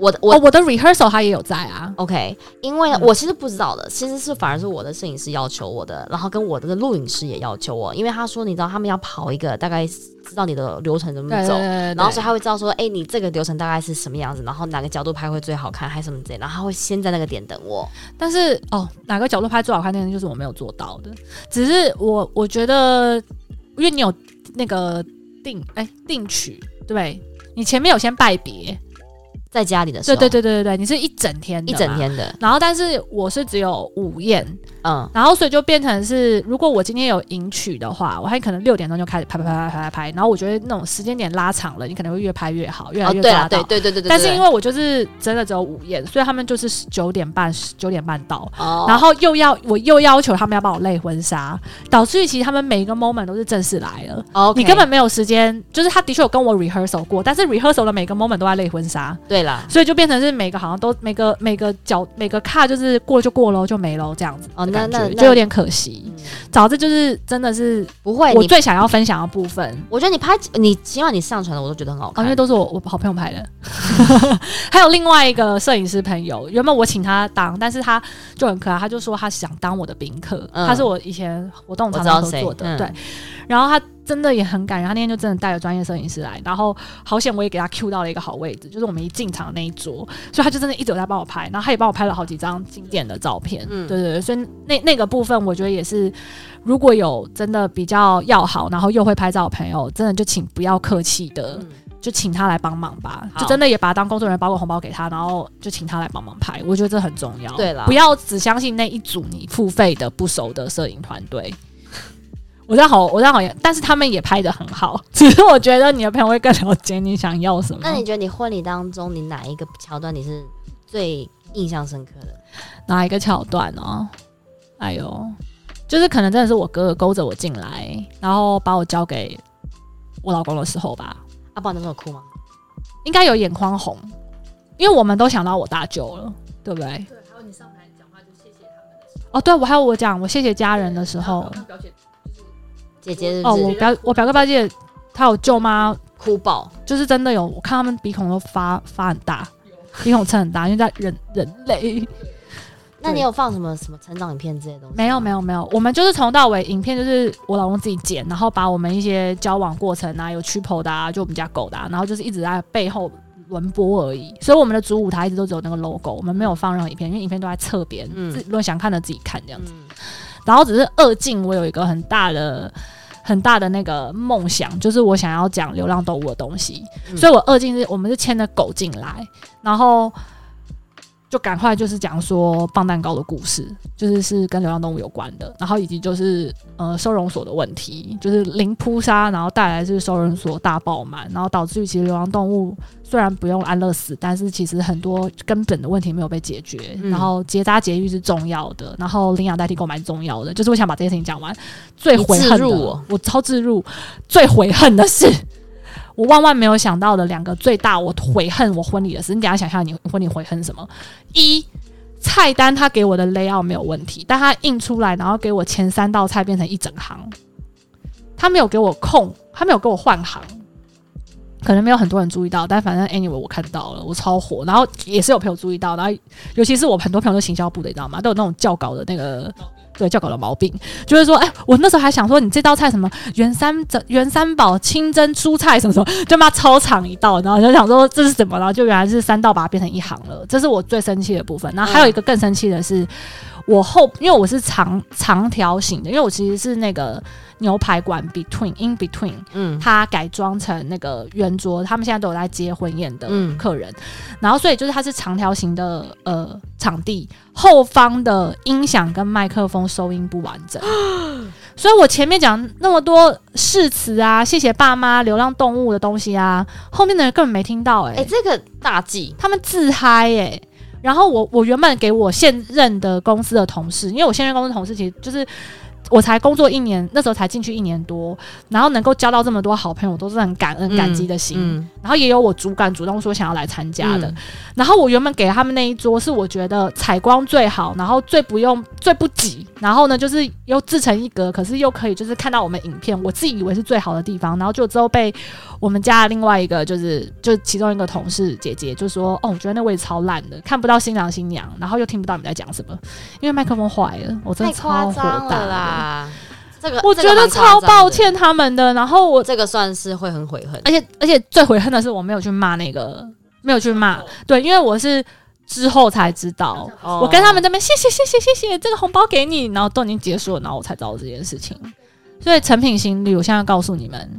Speaker 2: 我的我、
Speaker 1: 我、哦我的 rehearsal 他也有在啊，
Speaker 2: OK，因为呢，
Speaker 1: 嗯
Speaker 2: 我其实不知道的，其实是反而是我的摄影师要求我的，然后跟我的录影师也要求我，因为他说你知道他们要跑一个大概知道你的流程怎么
Speaker 1: 对
Speaker 2: 嗯走，
Speaker 1: 对
Speaker 2: 然后所以他会知道说，哎、你这个流程大概是什么样子，然后哪个角度拍会最好看，还是什么之类，然后他会先在那个点等我。
Speaker 1: 但是哦，哪个角度拍最好看，那个就是我没有做到的。只是我我觉得，因为你有那个定哎、定曲，对你前面有先拜别，
Speaker 2: 在家里的时
Speaker 1: 对
Speaker 2: 候，
Speaker 1: 对对对对对，你是一整天的
Speaker 2: 一
Speaker 1: 嘛
Speaker 2: 整。天的，
Speaker 1: 然后，但是我是只有午宴，
Speaker 2: 嗯，
Speaker 1: 然后所以就变成是，如果我今天有迎娶的话，我还可能六点钟就开始拍拍拍拍拍拍拍。然后我觉得那种时间点拉长了，你可能会越拍越好，越来
Speaker 2: 哦，
Speaker 1: 越
Speaker 2: 对
Speaker 1: 抓
Speaker 2: 了，
Speaker 1: 到。
Speaker 2: 对对对对对，
Speaker 1: 但是因
Speaker 2: 为，
Speaker 1: 为我就是真的只有午宴，所以他们就是九点半九点半到，
Speaker 2: 哦、
Speaker 1: 然后又要我又要求他们要帮我类婚纱，导致于其实他们每一个 moment 都是正式来了。
Speaker 2: 哦，OK，
Speaker 1: 你根本没有时间，就是他的确有跟我 rehearsal 过，但是 rehearsal 的每个 moment 都在类婚纱，
Speaker 2: 对啦，
Speaker 1: 所以就变成是每个好像都每个每个角每个卡就是过就过喽，就没喽这样子的
Speaker 2: 哦
Speaker 1: 感
Speaker 2: 那
Speaker 1: 觉。
Speaker 2: 那那
Speaker 1: 就有点可惜
Speaker 2: 嗯。
Speaker 1: 早知就是真的是
Speaker 2: 不会，
Speaker 1: 我
Speaker 2: 你
Speaker 1: 最想要分享的部分，
Speaker 2: 我觉得你拍你起码你上传的我都觉得很好
Speaker 1: 哦，
Speaker 2: 看，
Speaker 1: 因为都是我我好朋友拍的， 还有另外一个摄影师朋友，原本我请他当，但是他就很可爱，他就说他想当我的宾客，
Speaker 2: 嗯
Speaker 1: 他是我以前活动常
Speaker 2: 我
Speaker 1: 常
Speaker 2: 知道
Speaker 1: 合
Speaker 2: 谁
Speaker 1: 作的，
Speaker 2: 嗯
Speaker 1: 对，然后他真的也很感人，他那天就真的带了专业摄影师来，然后好险我也给他 Q 到了一个好位置，就是我们一进场的那一桌，所以他就真的一直有在帮我拍，然后他也帮我拍了好几张经典的照片，
Speaker 2: 嗯
Speaker 1: 对对对，所以那那个部分我觉得也是，如果有真的比较要好，然后又会拍照的朋友，真的就请不要客气的。
Speaker 2: 嗯
Speaker 1: 就请他来帮忙吧，
Speaker 2: 好
Speaker 1: 就真的也把他当工作人员包个红包给他，然后就请他来帮忙拍，我觉得这很重要。
Speaker 2: 对啦
Speaker 1: 不要只相信那一组你付费的不熟的摄影团队。 我这样好，我这样好，但是他们也拍的很好， 只是我觉得你的朋友会更了解你想要什么。
Speaker 2: 那你觉得你婚礼当中，你哪一个桥段你是最印象深刻的？
Speaker 1: 哪一个桥段哦？哎呦，就是可能真的是我哥哥勾着我进来，然后把我交给我老公的时候吧，
Speaker 2: 阿啊宝那时候有哭吗？
Speaker 1: 应该有眼眶红，因为我们都想到我大舅了，对不对？对，还有你上台讲话就谢谢他们。哦，对，我还有我讲我谢谢家人的时候，
Speaker 2: 姐姐是
Speaker 1: 哦，
Speaker 2: 不
Speaker 1: 我
Speaker 2: 是
Speaker 1: 表我表哥表姐，他有舅妈，
Speaker 2: 哭爆？
Speaker 1: 就是真的有，我看他们鼻孔都发发很大，鼻孔撑很大，因为在忍忍泪。
Speaker 2: 那你有放什么什么成长影片之类的东西？
Speaker 1: 没有没
Speaker 2: 有。
Speaker 1: 有没有，我们就是从到尾，影片就是我老公自己剪，然后把我们一些交往过程啊，有驱跑的啊，就我们家狗的、啊，然后就是一直在背后轮播而已。所以我们的主舞台一直都只有那个 logo，我们没有放任何影片，因为影片都在侧边，
Speaker 2: 嗯
Speaker 1: 自如果想看的自己看这样子。
Speaker 2: 嗯
Speaker 1: 然后只是二进，我有一个很大的。很大的那个梦想就是我想要讲流浪动物的东西，
Speaker 2: 嗯
Speaker 1: 所以我二进是我们是牵着狗进来，然后就赶快就是讲说棒蛋糕的故事，就是是跟流浪动物有关的，然后以及就是呃收容所的问题，就是零扑杀，然后带来是收容所大爆满，然后导致于其实流浪动物虽然不用安乐死，但是其实很多根本的问题没有被解决，
Speaker 2: 嗯
Speaker 1: 然后结扎节育是重要的，然后领养代替购买是重要的，就是我想把这些事情讲完。最
Speaker 2: 你
Speaker 1: 悔
Speaker 2: 自
Speaker 1: 恨的，
Speaker 2: 入哦
Speaker 1: 我超自入，最悔恨的是。我万万没有想到的两个最大我悔恨我婚礼的事，你等一下想想你婚礼悔恨什么？一菜单他给我的 layout 没有问题，但他印出来，然后给我前三道菜变成一整行，他没有给我空，他没有给我换行，可能没有很多人注意到，但反正 anyway 我看到了，我超火，然后也是有朋友注意到，然后尤其是我很多朋友都行销部的，你知道吗？都有那种教稿的那个。对教稿的毛病，就是说，哎、我那时候还想说，你这道菜什么原三原三宝清蒸蔬菜什么什么，就妈超长一道，然后就想说这是什么，然后就原来是三道把它变成一行了，这是我最生气的部分。然后还有一个更生气的是，我后因为我是长长条形的，因为我其实是那个牛排馆 between in between，
Speaker 2: 嗯
Speaker 1: 它改装成那个圆桌，他们现在都有在接婚宴的
Speaker 2: 嗯
Speaker 1: 客人，然后所以就是它是长条形的呃场地，后方的音响跟麦克风收音不完整，所以我前面讲那么多誓词啊，谢谢爸妈，流浪动物的东西啊，后面的人根本没听到哎、
Speaker 2: 哎、这个大忌，
Speaker 1: 他们自嗨哎、然后我我原本给我现任的公司的同事，因为我现任公司同事其实就是我才工作一年，那时候才进去一年多，然后能够交到这么多好朋友，我都是很感恩感激的心。
Speaker 2: 嗯
Speaker 1: 然后也有我主管主动说想要来参加的。
Speaker 2: 嗯
Speaker 1: 然后我原本给他们那一桌是我觉得采光最好，然后最不用最不挤，然后呢就是又自成一格，可是又可以就是看到我们影片，我自己以为是最好的地方。然后就之后被我们家的另外一个就是就其中一个同事姐姐就说：“哦，我觉得那位置超烂的，看不到新郎新娘，然后又听不到你们在讲什么，因为麦克风坏了。”我真
Speaker 2: 太
Speaker 1: 的
Speaker 2: 夸
Speaker 1: 超火
Speaker 2: 张
Speaker 1: 大的。
Speaker 2: 了啦！这个
Speaker 1: 我
Speaker 2: 这
Speaker 1: 觉
Speaker 2: 个
Speaker 1: 得
Speaker 2: 蛮夸
Speaker 1: 超
Speaker 2: 张
Speaker 1: 抱
Speaker 2: 的，
Speaker 1: 歉他们的，然后我
Speaker 2: 这个算是会很悔恨。
Speaker 1: 而且而且最悔恨的是我没有去骂那个，没有去骂，对，因为我是之后才知道，
Speaker 2: 哦
Speaker 1: 我跟他们这边谢谢谢谢谢谢，这个红包给你，然后都已经结束了，然后我才知道这件事情。所以成品行旅，我现在告诉你 们，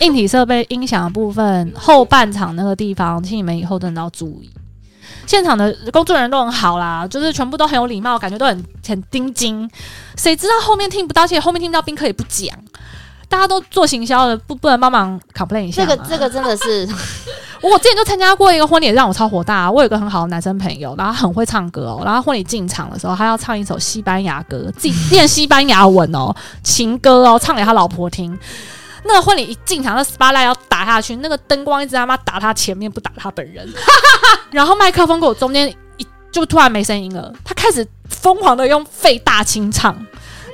Speaker 1: 硬体设备、音响的部分，后半场那个地方，请你们以后真的要注意。现场的工作人员都很好啦，就是全部都很有礼貌，感觉都很很盯紧。谁知道后面听不到，而且后面听不到宾客也不讲，大家都做行销的，不不能帮忙 complain 一下
Speaker 2: 这
Speaker 1: 吗。
Speaker 2: 个这个真的是，
Speaker 1: 我之前就参加过一个婚礼，让我超火大、我有一个很好的男生朋友，然后他很会唱歌哦。然后婚礼进场的时候，他要唱一首西班牙歌，自己练西班牙文哦，情歌哦，唱给他老婆听。那个婚礼一进场，那 spotlight 要打下去，那个灯光一直他妈打他前面，不打他本人。然后麦克风给我中间一就突然没声音了，他开始疯狂的用肺大清唱，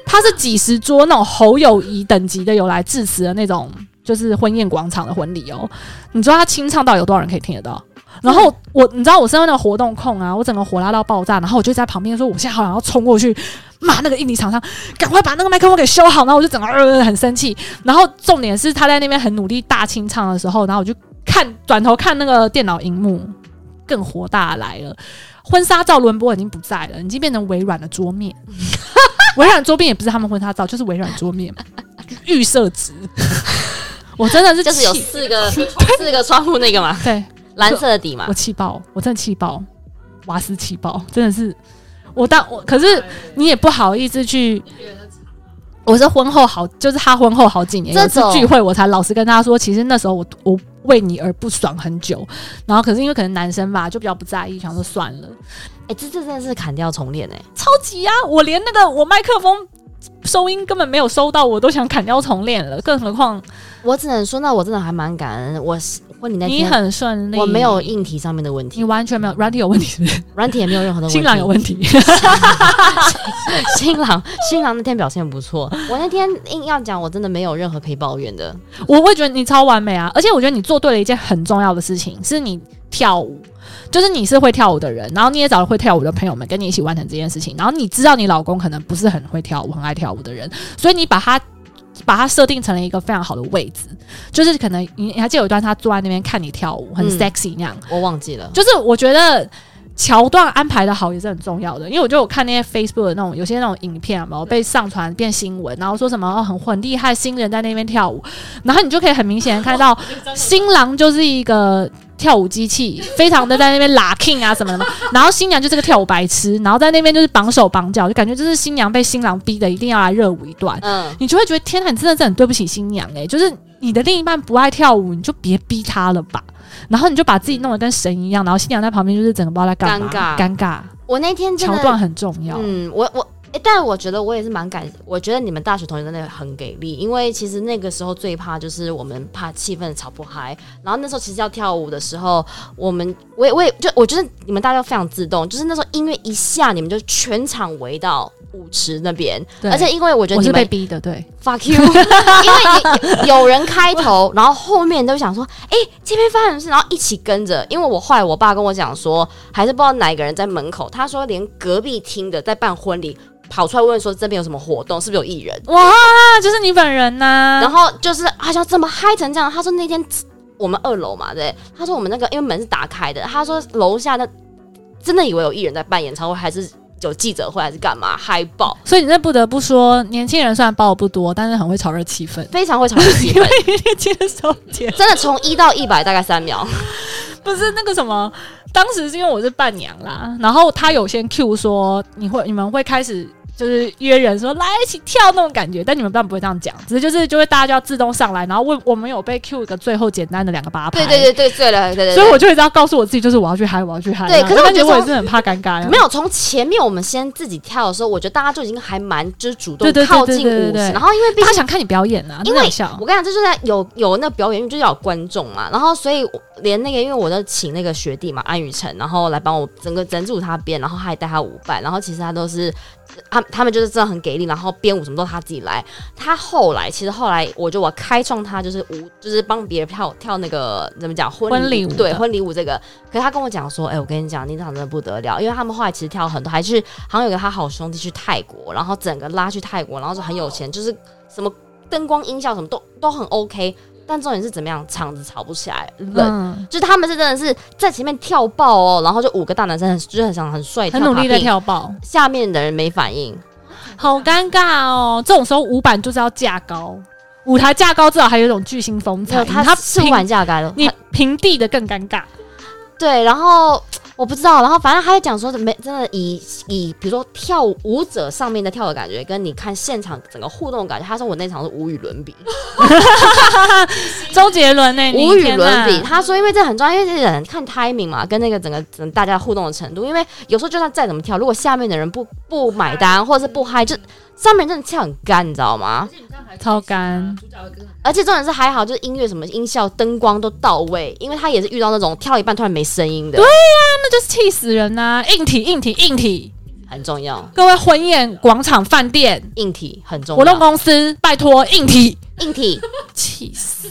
Speaker 1: 他是几十桌那种侯友谊等级的有来致辞的那种，就是婚宴广场的婚礼哦。你知道他清唱到底有多少人可以听得到？然后我，你知道我身为那个活动控啊，我整个火辣到爆炸，然后我就在旁边说，我现在好想要冲过去骂那个印尼厂商，赶快把那个麦克风给修好。然后我就整个、呃、很生气。然后重点是他在那边很努力大清唱的时候，然后我就看转头看那个电脑荧幕，更火大来了。婚纱照轮播已经不在了，已经变成微软的桌 面。微软桌面也不是他们婚纱照，就是微软桌面预设值。我真的是
Speaker 2: 就是有
Speaker 1: 气
Speaker 2: 四个四个窗户那个 嘛，
Speaker 1: 对
Speaker 2: 蓝色的底嘛
Speaker 1: 我，气爆，我真的气爆，瓦斯气爆，真的是我当我，可是你也不好意思去。我是婚后好，就是他婚后好几年，有一
Speaker 2: 这
Speaker 1: 次
Speaker 2: 种
Speaker 1: 聚会我才老实跟他说，其实那时候我我为你而不爽很久，然后可是因为可能男生吧就比较不在意，想说算了，
Speaker 2: 哎、这这真的是砍掉重练哎、
Speaker 1: 超级啊！我连那个我麦克风收音根本没有收到，我都想砍掉重练了，更何况
Speaker 2: 我只能说，那我真的还蛮感恩，我婚礼那
Speaker 1: 你
Speaker 2: 天
Speaker 1: 很顺利，
Speaker 2: 我没有，硬体上面的问
Speaker 1: 你
Speaker 2: 题，
Speaker 1: 完全没有软体有问题 是不是，
Speaker 2: 软体也没有任何的问题。
Speaker 1: 新郎有问题，
Speaker 2: 新郎新郎那天表现不错，我那天硬要讲，我真的没有任何可以抱怨的。
Speaker 1: 我会觉得你超完美啊！而且我觉得你做对了一件很重要的事情，是你跳舞，就是你是会跳舞的人，然后你也找了会跳舞的朋友们跟你一起完成这件事情。然后你知道你老公可能不是很会跳舞、很爱跳舞的人，所以你把他把他设定成了一个非常好的位置，就是可能你你还记得有一段他坐在那边看你跳舞，很
Speaker 2: 嗯
Speaker 1: sexy 那样。
Speaker 2: 我忘记了，
Speaker 1: 就是我觉得桥段安排的好也是很重要的，因为我就有看那些 Facebook 的那种有些那种影片嘛，被上传变新闻，然后说什么哦很很厉害新人在那边跳舞，然后你就可以很明显地看到新郎就是一个。跳舞机器非常的在那边拉 king 啊什么的嘛，然后新娘就是个跳舞白痴，然后在那边就是绑手绑脚，就感觉就是新娘被新郎逼的一定要来热舞一段，
Speaker 2: 嗯，
Speaker 1: 你就会觉得天呐，你真的是很对不起新娘哎、就是你的另一半不爱跳舞，你就别逼他了吧。然后你就把自己弄得跟神一样，然后新娘在旁边就是整个不知道在干嘛，
Speaker 2: 尴
Speaker 1: 尴
Speaker 2: 尬
Speaker 1: 尬，
Speaker 2: 我那天真
Speaker 1: 桥
Speaker 2: 的
Speaker 1: 段很重要。
Speaker 2: 嗯，我我、诶但我觉得我也是蛮感，我觉得你们大学同学真的很给力，因为其实那个时候最怕就是我们怕气氛吵不嗨，然后那时候其实要跳舞的时候，我们我也我也就我觉得你们大家都非常自动，就是那时候音乐一下，你们就全场围到舞池那边，
Speaker 1: 对
Speaker 2: 而且因为我觉得
Speaker 1: 我
Speaker 2: 你
Speaker 1: 是被
Speaker 2: 们啊
Speaker 1: 逼的，对，
Speaker 2: fuck you，因为你有人开头，然后后面都想说，哎、这边发生什么事，然后一起跟着。因为我后来我爸跟我讲说，还是不知道哪一个人在门口，他说连隔壁厅的在办婚礼，跑出来问说这边有什么活动，是不是有艺人？
Speaker 1: 哇，就是你本人呐、
Speaker 2: 然后就是好像怎么嗨成这样？他说那天我们二楼嘛，对，他说我们那个因为门是打开的，他说楼下那真的以为有艺人在办演唱会，还是有记者会，还是干嘛嗨爆。。
Speaker 1: 所以你这不得不说，年轻人虽然包的不多，但是很会炒热气氛
Speaker 2: 非常会炒热气氛，
Speaker 1: 年轻的时候姐
Speaker 2: 真的从一到一百大概三秒，
Speaker 1: 不是那个什么，当时是因为我是伴娘啦，然后他有先 Q 说你会你们会开始就是约人说来一起跳那种感觉，但你们当然不会这样讲，只是就是就会大家就要自动上来，然后问我们有被 Q 一个最后简单的两个八拍，
Speaker 2: 对对对对对了，对对对。
Speaker 1: 所以我就一直要告诉我自己，就是我要去嗨，我要去嗨。
Speaker 2: 对
Speaker 1: 这样
Speaker 2: 可是我
Speaker 1: 但
Speaker 2: 觉得
Speaker 1: 我也
Speaker 2: 说
Speaker 1: 是很怕尴尬呀，
Speaker 2: 没有从前面我们先自己跳的时候，我觉得大家就已经还蛮就是主动
Speaker 1: 对对对
Speaker 2: 靠
Speaker 1: 对
Speaker 2: 近
Speaker 1: 对对
Speaker 2: 舞池，
Speaker 1: 对
Speaker 2: 然后因为毕
Speaker 1: 他
Speaker 2: 竟。
Speaker 1: 想看你表演啊，
Speaker 2: 因
Speaker 1: 那
Speaker 2: 为
Speaker 1: 两笑
Speaker 2: 我跟你讲，这就是在有有那表演，因为就是要有观众嘛。然后所以我连那个，因为我都请那个学弟嘛，安雨辰，然后来帮我整个整组他编，然后他还带他舞伴，然后其实他都是他他们就是真的很给力，然后编舞什么都他自己来。他后来其实后来，我就我开创他就是舞，就是帮别人跳跳那个怎么讲婚
Speaker 1: 婚礼舞
Speaker 2: 对
Speaker 1: 的
Speaker 2: 婚礼舞这个。可是他跟我讲说，哎、我跟你讲，你长真的不得了，因为他们后来其实跳很多，还是好像有个他好兄弟去泰国，然后整个拉去泰国，然后是很有钱，就是什么灯光音效什么都都很 OK。但重点是怎么样，场子吵不起来，人、
Speaker 1: 嗯，
Speaker 2: 就是他们是真的是在前面跳爆哦，然后就五个大男生很就是很想很帅，
Speaker 1: 很努力
Speaker 2: 的
Speaker 1: 在，跳爆，
Speaker 2: 下面的人没反应。
Speaker 1: 好尴尬哦。这种时候舞板就是要架高，舞台架高至少还有一种巨星风
Speaker 2: 没有
Speaker 1: 采，
Speaker 2: 他
Speaker 1: 他
Speaker 2: 是
Speaker 1: 平
Speaker 2: 玩架改了，
Speaker 1: 你平地的更尴尬。
Speaker 2: 对，然后我不知道，然后反正他在讲说，没真的以以比如说跳舞舞者上面在跳的感觉，跟你看现场整个互动的感觉，他说我那场是无与伦比，
Speaker 1: 周杰伦呢、欸？
Speaker 2: 无与
Speaker 1: 天哪
Speaker 2: 伦比。他说因为这很重要，因为这人看 timing 嘛，跟那个整个整个大家互动的程度，因为有时候就算再怎么跳，如果下面的人不不买单或者是不嗨，就上面真的跳很干，你知道吗？
Speaker 1: 嗯超干，
Speaker 2: 而且重点是还好，就是音乐什么音效、灯光都到位，因为他也是遇到那种跳一半突然没声音的，
Speaker 1: 那就是气死人呐、硬体，硬体，硬体！
Speaker 2: 很重要，
Speaker 1: 各位婚宴、广场、饭店、
Speaker 2: 硬体很重
Speaker 1: 活动
Speaker 2: 要，
Speaker 1: 公司，拜托硬体，
Speaker 2: 硬体。
Speaker 1: 气死！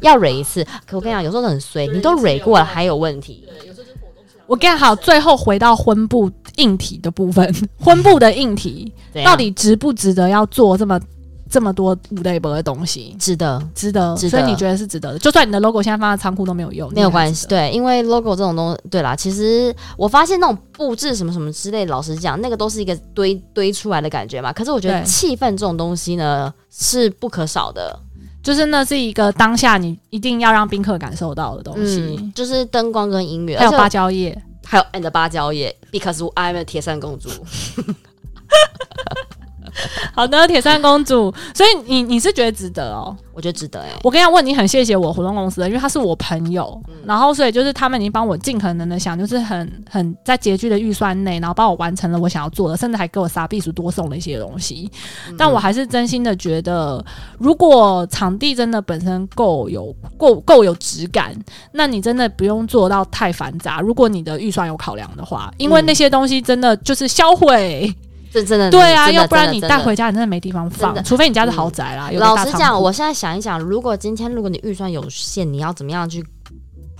Speaker 2: 要蕊一次。可我跟你讲，有时候很衰，你都蕊过了还有问题。
Speaker 1: 我跟你好，最后回到婚布硬体的部分， 婚布的硬 体
Speaker 2: 怎样
Speaker 1: 到底值不值得要做这么这么多五类博的东西？
Speaker 2: 值得？
Speaker 1: 值得，
Speaker 2: 值得
Speaker 1: 所以你觉得是值得的？就算你的 logo 现在放在仓库都没有用，
Speaker 2: 没有
Speaker 1: 你还
Speaker 2: 关
Speaker 1: 是
Speaker 2: 系，
Speaker 1: 值得。
Speaker 2: 对，因为 logo 这种东西，对啦，其实我发现那种布置什么什么之类，老实讲，那个都是一个堆堆出来的感觉嘛。可是我觉得
Speaker 1: 对
Speaker 2: 气氛这种东西呢是不可少的，
Speaker 1: 就是那是一个当下你一定要让宾客感受到的东西，
Speaker 2: 嗯，就是灯光跟音乐，
Speaker 1: 还有
Speaker 2: 而且
Speaker 1: 芭蕉叶。
Speaker 2: 还有 and 芭蕉叶，because I'm a 铁扇公主。
Speaker 1: 好的，铁扇公主，所以你你是觉得值得哦？
Speaker 2: 我觉得值得哎、
Speaker 1: 我跟你讲，我你很谢谢我活动公司的，因为他是我朋友，然后所以就是他们已经帮我尽可能的想，就是很很在拮据的预算内，然后帮我完成了我想要做的，甚至还给我傻避暑多送了一些东西。但我还是真心的觉得，如果场地真的本身够有够够有质感，那你真的不用做到太繁杂。如果你的预算有考量的话，因为
Speaker 2: 嗯
Speaker 1: 那些东西真的就是销毁。
Speaker 2: 这真的
Speaker 1: 对啊，
Speaker 2: 真的
Speaker 1: 要不然
Speaker 2: 真
Speaker 1: 你
Speaker 2: 的
Speaker 1: 带
Speaker 2: 真的
Speaker 1: 回家，你真的没地方
Speaker 2: 真
Speaker 1: 放，
Speaker 2: 的嗯
Speaker 1: 除非你家是豪宅啦。有个
Speaker 2: 老
Speaker 1: 大
Speaker 2: 实
Speaker 1: 仓
Speaker 2: 讲，
Speaker 1: 库
Speaker 2: 我现在想一想，如果今天如果你预算有限，你要怎么样去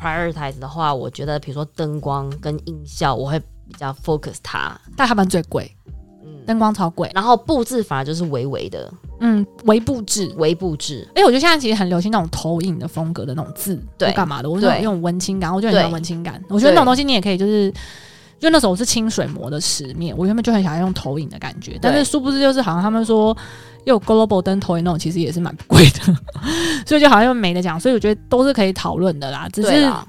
Speaker 2: prioritize 的话，我觉得比如说灯光跟音效，我会比较 focus 它。
Speaker 1: 但他们最贵，
Speaker 2: 嗯，
Speaker 1: 灯光超贵，
Speaker 2: 然后布置反而就是微微的
Speaker 1: 嗯，微布置。
Speaker 2: 微布置，
Speaker 1: 哎、我觉得现在其实很流行那种投影的风格的那种字，
Speaker 2: 对
Speaker 1: 或干嘛的？我觉得
Speaker 2: 对
Speaker 1: 那种文青感，我觉得很喜欢
Speaker 2: 对
Speaker 1: 文青感。我觉得那种
Speaker 2: 对
Speaker 1: 东西你也可以，就是就那时候我是清水模的十面，我原本就很想要用投影的感觉，但是殊不知就是好像他们说有 global 灯投影那种，其实也是蛮贵的， 所以就好像又没得讲。所以我觉得都是可以讨论的啦，只
Speaker 2: 对
Speaker 1: 是
Speaker 2: 啦，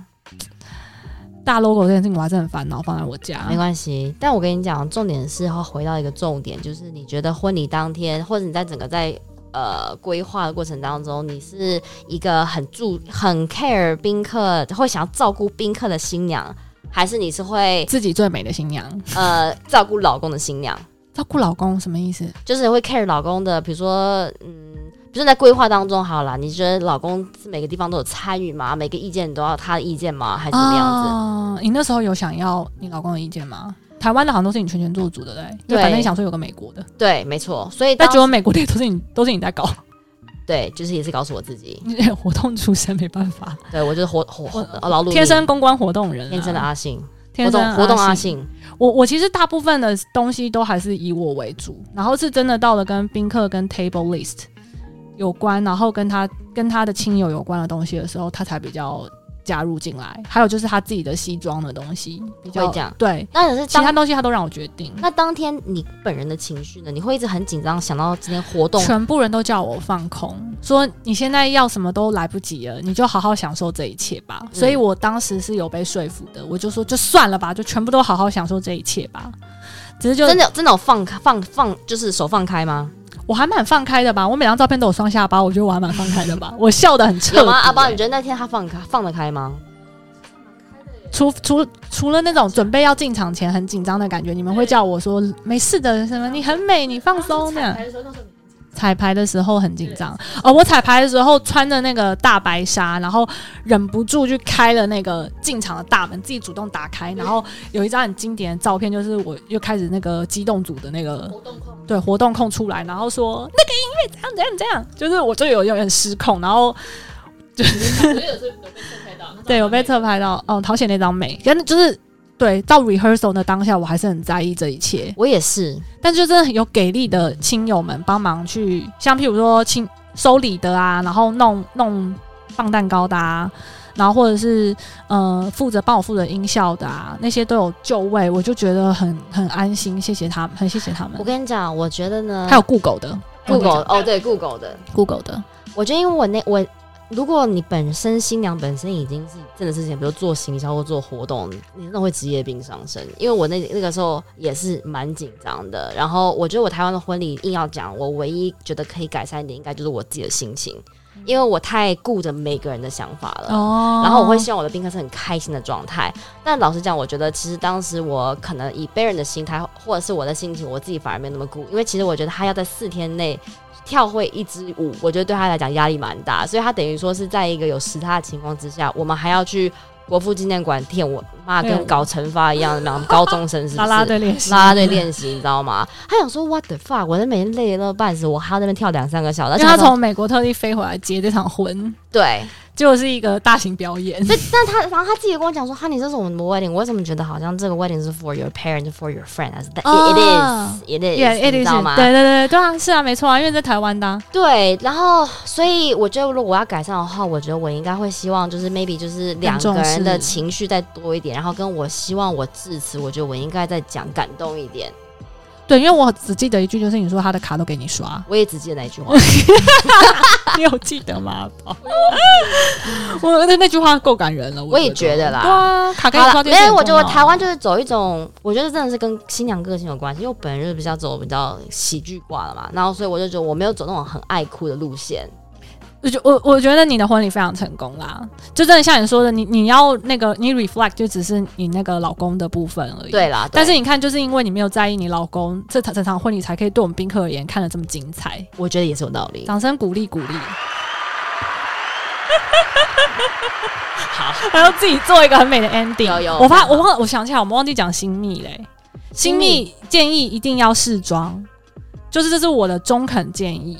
Speaker 1: 大 logo 这件事情我还是很烦恼，放在我家。
Speaker 2: 没关系。但我跟你讲，重点是要回到一个重点，就是你觉得婚礼当天，或者你在整个在呃规划的过程当中，你是一个很注很 care 宾客，会想要照顾宾客的新娘，还是你是会
Speaker 1: 自己最美的新娘，
Speaker 2: 呃照顾老公的新娘，
Speaker 1: 照顾老公什么意思？
Speaker 2: 就是会 care 老公的，比如说嗯，比如说在规划当中好啦，你觉得老公是每个地方都有参与吗？每个意见你都要他的意见吗？还是怎么样子？
Speaker 1: 哦你那时候有想要你老公的意见吗？台湾的好像都是你全权做主的嘞，就
Speaker 2: 对
Speaker 1: 反正你想说有个美国的，
Speaker 2: 对，没错，所以
Speaker 1: 但
Speaker 2: 当
Speaker 1: 结果美国的也都是你都是你在搞，
Speaker 2: 对，就是也是告诉我自己，
Speaker 1: 你这活动出身没办法，
Speaker 2: 对我就是活活活呃劳碌命
Speaker 1: 天生公关活动人、啊，
Speaker 2: 天生的阿信，活
Speaker 1: 天生啊
Speaker 2: 动活动阿啊
Speaker 1: 信。
Speaker 2: 信，
Speaker 1: 我我其实大部分的东西都还是以我为主，然后是真的到了跟宾客跟 table list 有关，然后跟他跟他的亲友有关的东西的时候，他才比较加入进来。还有就是他自己的西装的东西比较
Speaker 2: 会这样
Speaker 1: 对，
Speaker 2: 那只是
Speaker 1: 其他
Speaker 2: 当
Speaker 1: 东西他都让我决定。
Speaker 2: 那当天你本人的情绪呢？你会一直很紧张，想到今天活动
Speaker 1: 全部人都叫我放空，说你现在要什么都来不及了，你就好好享受这一切吧。
Speaker 2: 嗯
Speaker 1: 所以我当时是有被说服的，我就说就算了吧，就全部都好好享受这一切吧。只是就
Speaker 2: 真的真的有放开放放，就是手放开吗？
Speaker 1: 我还蛮放开的吧，我每张照片都有双下巴，我觉得我还蛮放开的 吧，我笑得很彻
Speaker 2: 有
Speaker 1: 底、
Speaker 2: 吗？阿包，你
Speaker 1: 欸
Speaker 2: 觉得那天他放开放得开吗？
Speaker 1: 除除除了那种准备要进场前很紧张的感觉，你们会叫我说没事的，什么你很美，你放松呢。彩排的时候很紧张哦，我彩排的时候穿着那个大白纱，然后忍不住去开了那个进场的大门，自己主动打开，然后有一张很经典的照片，就是我又开始那个激动组的那个活动控，对活动控出来，然后说那个音乐怎样怎样怎样，就是我就有有点失控，然后 对，我被侧拍到，哦，好险那张美，跟就是对到 rehearsal 的当下，我还是很在意这一切，
Speaker 2: 我也是，
Speaker 1: 但就真的有给力的亲友们帮忙去，像譬如说亲收礼的啊，然后弄弄放蛋糕的啊。然后或者是呃负责帮我负责音效的啊，那些都有就位，我就觉得很很安心，谢谢他们，很谢谢他们
Speaker 2: 我。跟你讲，我觉得呢，
Speaker 1: 还有酷狗的，
Speaker 2: 酷狗哦，对酷狗的，
Speaker 1: 酷狗的，
Speaker 2: 我觉得因为我那我，如果你本身新娘本身已经是真的是比如做行销或做活动，你真的会职业病上身。因为我那那个时候也是蛮紧张的，然后我觉得我台湾的婚礼硬要讲，我唯一觉得可以改善一点，应该就是我自己的心情，因为我太顾着每个人的想法了。
Speaker 1: 哦
Speaker 2: 然后我会希望我的宾客是很开心的状态。但老实讲，我觉得其实当时我可能以被人的心态，或者是我的心情，我自己反而没有那么顾，因为其实我觉得他要在四天内跳会一支舞，我觉得对他来讲压力蛮大，所以他等于说是在一个有时差的情况之下，我们还要去国父纪念馆替我妈
Speaker 1: 对
Speaker 2: 跟搞惩罚一样，那种高中生是不
Speaker 1: 拉
Speaker 2: 是？
Speaker 1: 拉队练习，
Speaker 2: 啦啦队练习，你知道吗？他想说 What the fuck，我那每天累了半死，我还要在那边跳两三个小时，而
Speaker 1: 因
Speaker 2: 且
Speaker 1: 为他
Speaker 2: 那时候
Speaker 1: 从美国特地飞回来接这场婚，
Speaker 2: 对
Speaker 1: 结果是一个大型表演。
Speaker 2: 这，但他，然后他自己跟我讲说，哈，你这是我们的 wedding，我怎么觉得好像这个 wedding 是 for your parents, for your friend，还是 that it is, it 哦 is，、
Speaker 1: 也一
Speaker 2: 你
Speaker 1: 定
Speaker 2: 知
Speaker 1: 是
Speaker 2: 道吗？
Speaker 1: 对对对对啊，是啊，没错啊，因为在台湾的啊、
Speaker 2: 对，然后所以我觉得，如果我要改善的话，我觉得我应该会希望就是 maybe 就是两个
Speaker 1: 更重视
Speaker 2: 人的情绪再多一点，然后跟我希望我致辞，我觉得我应该再讲感动一点。
Speaker 1: 对，因为我只记得一句，就是你说他的卡都给你刷，
Speaker 2: 我也只记得那一句话。
Speaker 1: 你有记得吗？宝 我那那句话够感人了，
Speaker 2: 我也
Speaker 1: 觉
Speaker 2: 觉得啦
Speaker 1: 对啊，卡给你
Speaker 2: 好
Speaker 1: 刷
Speaker 2: 了，
Speaker 1: 这
Speaker 2: 没
Speaker 1: 件事
Speaker 2: 有，
Speaker 1: 很
Speaker 2: 我觉得
Speaker 1: 重要
Speaker 2: 台湾就是走一种，我觉得真的是跟新娘个性有关系，因为我本人就是比较走比较喜剧挂的嘛，然后所以我就觉得我没有走那种很爱哭的路线，
Speaker 1: 我觉我我觉得你的婚礼非常成功啦，就真的像你说的，你你要那个你 reflect 就只是你那个老公的部分而已。。
Speaker 2: 对啦，对
Speaker 1: 但是你看，就是因为你没有在意你老公，这场整场婚礼才可以对我们宾客而言看得这么精彩。
Speaker 2: 我觉得也是有道理。
Speaker 1: 掌声鼓励鼓励，
Speaker 2: 好，
Speaker 1: 还要自己做一个很美的 ending。
Speaker 2: 有有
Speaker 1: 我发
Speaker 2: 有
Speaker 1: 我忘我想起来，我们忘记讲新密嘞。新密建议一定要试妆，就是这是我的中肯建议，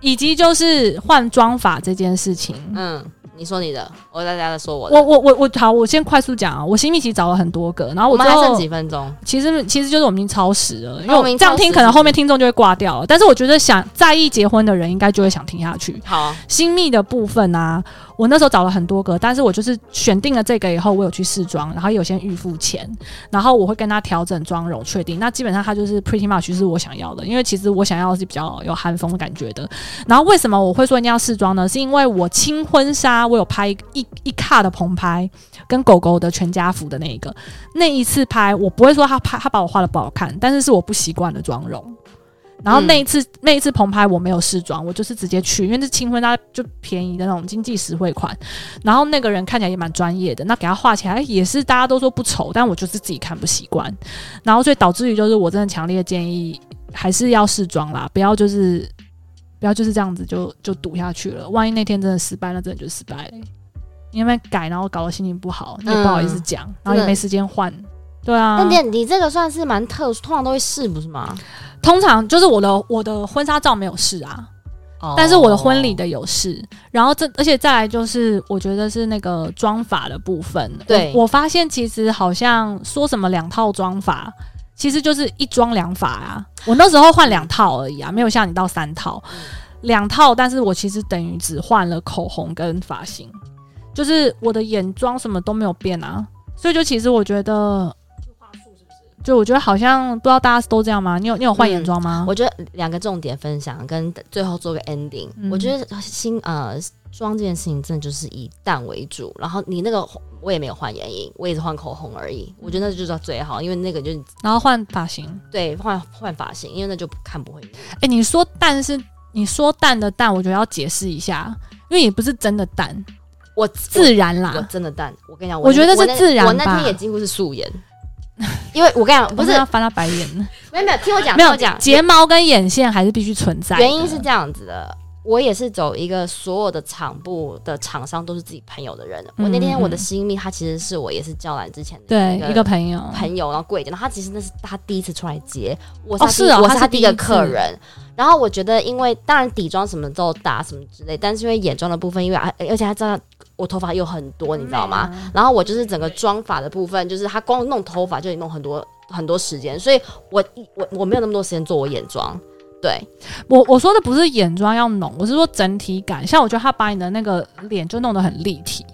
Speaker 1: 以及就是换妆法这件事情。
Speaker 2: 嗯，你说你的，我大家在说我的，
Speaker 1: 我我我我好，我先快速讲啊，我新密其实找了很多个，然后
Speaker 2: 我
Speaker 1: 之
Speaker 2: 们还剩
Speaker 1: 后
Speaker 2: 几分钟，
Speaker 1: 其实其实就是我们已经超时了，因为我
Speaker 2: 哦我们已经
Speaker 1: 这样
Speaker 2: 超时
Speaker 1: 听
Speaker 2: 是
Speaker 1: 可能
Speaker 2: 不是
Speaker 1: 后面听众就会挂掉了，但是我觉得想在意结婚的人应该就会想听下去。
Speaker 2: 好，
Speaker 1: 新密的部分啊，我那时候找了很多个，但是我就是选定了这个以后，我有去试妆，然后有先预付钱，然后我会跟他调整妆容，确定。那基本上他就是 pretty much 是我想要的，因为其实我想要的是比较有韩风的感觉的。然后为什么我会说一定要试妆呢？是因为我轻婚纱，我有拍一一一卡的棚拍，跟狗狗的全家福的那一个，那一次拍，我不会说他拍他把我画的不好看，但是是我不习惯的妆容。然后那一次、那一次棚拍我没有试妆，我就是直接去，因为是清婚纱就便宜的那种经济实惠款。然后那个人看起来也蛮专业的，那给他画起来哎也是大家都说不丑，但我就是自己看不习惯。然后所以导致于就是我真的强烈建议还是要试妆啦，不要就是不要就是这样子就就赌下去了。万一那天真的失败，那真的就失败了。你有没有改，然后搞得心情不好，你也不好意思
Speaker 2: 嗯
Speaker 1: 讲，然后也没时间换。对啊，
Speaker 2: 那你你这个算是蛮特殊，通常都会试不是吗？
Speaker 1: 通常就是我的我的婚纱照没有试啊，
Speaker 2: 哦
Speaker 1: 但是我的婚礼的有事，然后这而且再来就是，我觉得是那个妆法的部分。
Speaker 2: 对
Speaker 1: 我，我发现其实好像说什么两套妆法，其实就是一妆两法啊。我那时候换两套而已啊，没有像你到三套，两套，但是我其实等于只换了口红跟发型，就是我的眼妆什么都没有变啊。所以就其实我觉得。就我觉得好像不知道大家都这样吗？你有你有换眼
Speaker 2: 嗯
Speaker 1: 妆吗？
Speaker 2: 我觉得两个重点分享跟最后做个 ending，、
Speaker 1: 嗯
Speaker 2: 我觉得新呃妆这件事情真的就是以淡为主，然后你那个我也没有换眼影，我也是换口红而
Speaker 1: 嗯
Speaker 2: 已，我觉得那就是最好，因为那个就是
Speaker 1: 然后换发型。
Speaker 2: 对换换发型，因为那就看不会腻。
Speaker 1: 哎、你说蛋是你说蛋的蛋，我觉得要解释一下，因为也不是真的蛋，
Speaker 2: 我
Speaker 1: 自然
Speaker 2: 我我
Speaker 1: 啦。
Speaker 2: 真的淡，我跟你讲，
Speaker 1: 我觉得
Speaker 2: 那
Speaker 1: 是自然
Speaker 2: 我那
Speaker 1: 吧
Speaker 2: 天也几乎是素颜，因为我跟你讲，
Speaker 1: 我
Speaker 2: 不
Speaker 1: 真
Speaker 2: 是
Speaker 1: 的要翻他白眼了，
Speaker 2: 没有没有听我讲，
Speaker 1: 没
Speaker 2: 听
Speaker 1: 有
Speaker 2: 我讲
Speaker 1: 睫毛跟眼线还是必须存在的。
Speaker 2: 原因是这样子的，我也是走一个所有的厂部的厂商都是自己朋友的人。我那天我的新密，他其实是我也是娇兰之前的
Speaker 1: 嗯对一
Speaker 2: 一
Speaker 1: 个
Speaker 2: 个
Speaker 1: 朋友，
Speaker 2: 朋友，然后柜姐，然后他其实那是他第一次出来接，我
Speaker 1: 哦
Speaker 2: 他第一
Speaker 1: 是哦
Speaker 2: 我
Speaker 1: 他是
Speaker 2: 是他第一个
Speaker 1: 第一次
Speaker 2: 客人。然后我觉得，因为当然底妆什么都打什么之类，但是因为眼妆的部分，因为啊而且他知道我头发有很多，你知道吗？然后我就是整个妆法的部分，就是他光弄头发就得弄很多很多时间，所以我我我没有那么多时间做我眼妆。对，
Speaker 1: 我我说的不是眼妆要浓，我是说整体感。像我觉得他把你的那个脸就弄得很立体，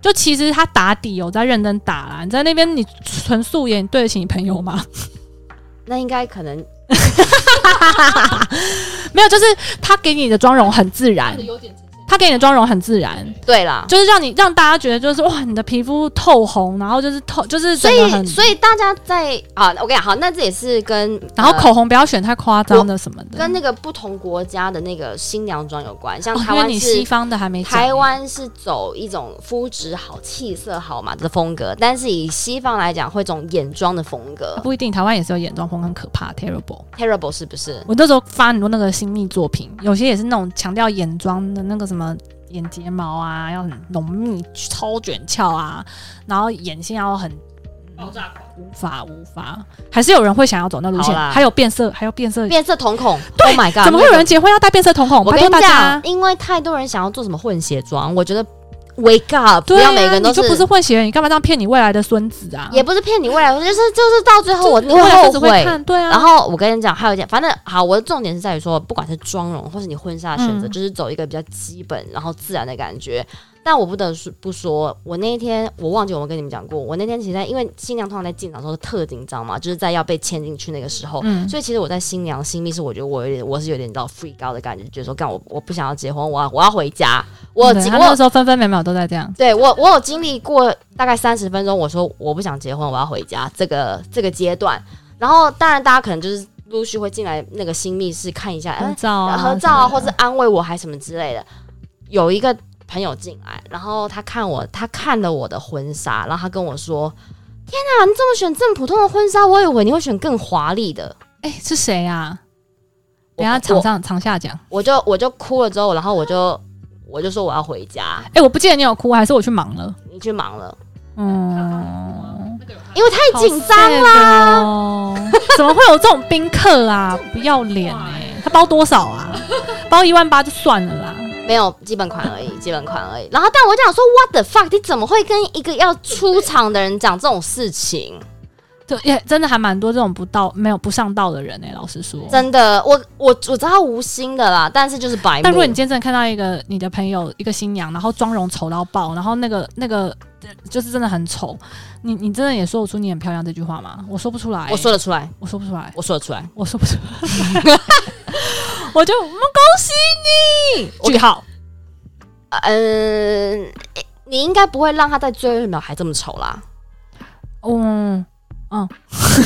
Speaker 1: 就其实他打底有在认真打啦。你在那边你纯素颜，你对得起你朋友吗？
Speaker 2: 那应该可能
Speaker 1: 没有，就是他给你的妆容很自然，他给你的妆容很自然。
Speaker 2: 对啦。
Speaker 1: 就是让你让大家觉得就是哇，你的皮肤透红，然后就是透，就是
Speaker 2: 所
Speaker 1: 真的很
Speaker 2: 以，，所以大家在啊，我跟你讲，好，那这也是跟
Speaker 1: 然后
Speaker 2: 呃
Speaker 1: 口红不要选太夸张的什么的。
Speaker 2: 跟那个不同国家的那个新娘妆有关，像
Speaker 1: 哦
Speaker 2: 台
Speaker 1: 因为
Speaker 2: 湾
Speaker 1: 你
Speaker 2: 是、
Speaker 1: 西方的还没讲
Speaker 2: 台，湾是走一种肤质好、气色好嘛的风格，但是以西方来讲，会走眼妆的风格。
Speaker 1: 呃不一定，台湾也是有眼妆风很可怕，terrible。
Speaker 2: Terrible 是不是？
Speaker 1: 我那时候发很多那个新密作品，有些也是那种强调眼妆的那个什么眼睫毛啊，要很浓密、超卷翘啊，然后眼线要很爆炸款，无法无法，还是有人会想要走那路线
Speaker 2: 好，啦
Speaker 1: 还有变色，还有变色，啊
Speaker 2: 变色瞳孔，Oh my god！
Speaker 1: 怎么会
Speaker 2: 那
Speaker 1: 有
Speaker 2: 个
Speaker 1: 人结婚要戴变色瞳孔？
Speaker 2: 我
Speaker 1: 拜
Speaker 2: 跟
Speaker 1: 托大
Speaker 2: 你
Speaker 1: 家
Speaker 2: 讲，因为太多人想要做什么混血妆，我觉得 wake up，不
Speaker 1: 对啊，
Speaker 2: 要每个人都
Speaker 1: 你就不是混血，你干嘛这样骗你未来的孙子啊？
Speaker 2: 也不是骗你未来，就是就是到最后
Speaker 1: 就
Speaker 2: 我
Speaker 1: 是
Speaker 2: 你
Speaker 1: 未
Speaker 2: 会
Speaker 1: 来孙
Speaker 2: 后
Speaker 1: 子会
Speaker 2: 悔。
Speaker 1: 看，对啊，
Speaker 2: 然后我跟你讲，还有一件，反正好，我的重点是在于说，不管是妆容或是你婚纱的选择，
Speaker 1: 嗯
Speaker 2: 就是走一个比较基本然后自然的感觉。但我不得说不说，我那一天我忘记我们跟你们讲过，我那天其实在因为新娘通常在进场的时候特紧张嘛，就是在要被牵进去那个时候，
Speaker 1: 嗯，
Speaker 2: 所以其实我在新娘心里是，我觉得我有点，我是有点到 free 高的感觉，觉得说干我我不想要结婚，我要我要回家。我有
Speaker 1: 对啊
Speaker 2: 经
Speaker 1: 他
Speaker 2: 我
Speaker 1: 那
Speaker 2: 有
Speaker 1: 个时候分分秒秒都在这样。
Speaker 2: 对我我有经历过大概三十分钟，我说我不想结婚，我要回家这个这个阶段。然后当然大家可能就是陆续会进来那个新密室看一下，
Speaker 1: 合
Speaker 2: 嗯、
Speaker 1: 照啊，
Speaker 2: 合照啊，
Speaker 1: 什么
Speaker 2: 或
Speaker 1: 的
Speaker 2: 是安慰我还什么之类的。有一个朋友进来，然后他看我，他看了我的婚纱，然后他跟我说：“天哪，你这么选这么普通的婚纱，我以为你会选更华丽的。
Speaker 1: 哎、是谁啊？
Speaker 2: 我”
Speaker 1: 等一下
Speaker 2: 我
Speaker 1: 场上场下讲。
Speaker 2: 我就我就哭了之后，然后我就我就说我要回家，
Speaker 1: 哎、我不记得你有哭，还是我去忙了？
Speaker 2: 你去忙了，
Speaker 1: 嗯，
Speaker 2: 因为太紧张啊了。
Speaker 1: 啦、 哦！怎么会有这种宾客啊？不要脸哎、他包多少啊？包一万八就算了啦。
Speaker 2: 没有基本款而已，基本款而已。然后，但我就想说，What the fuck？你怎么会跟一个要出场的人讲这种事情？
Speaker 1: 就也真的还蛮多这种不到没有不上道的人哎、老实说。
Speaker 2: 真的，我我我知道他无心的啦，但是就是白目。
Speaker 1: 但如果你今天真的看到一个你的朋友一个新娘，然后妆容丑到爆，然后那个那个就是真的很丑，你你真的也说得出你很漂亮这句话吗？我说不出来、
Speaker 2: 我说得出来，
Speaker 1: 我说不出来，
Speaker 2: 我说得出来。
Speaker 1: 我说不出 来，我就我们恭喜
Speaker 2: 我
Speaker 1: 你句号。
Speaker 2: 嗯、你应该不会让他在最后一秒还这么丑啦，
Speaker 1: 嗯，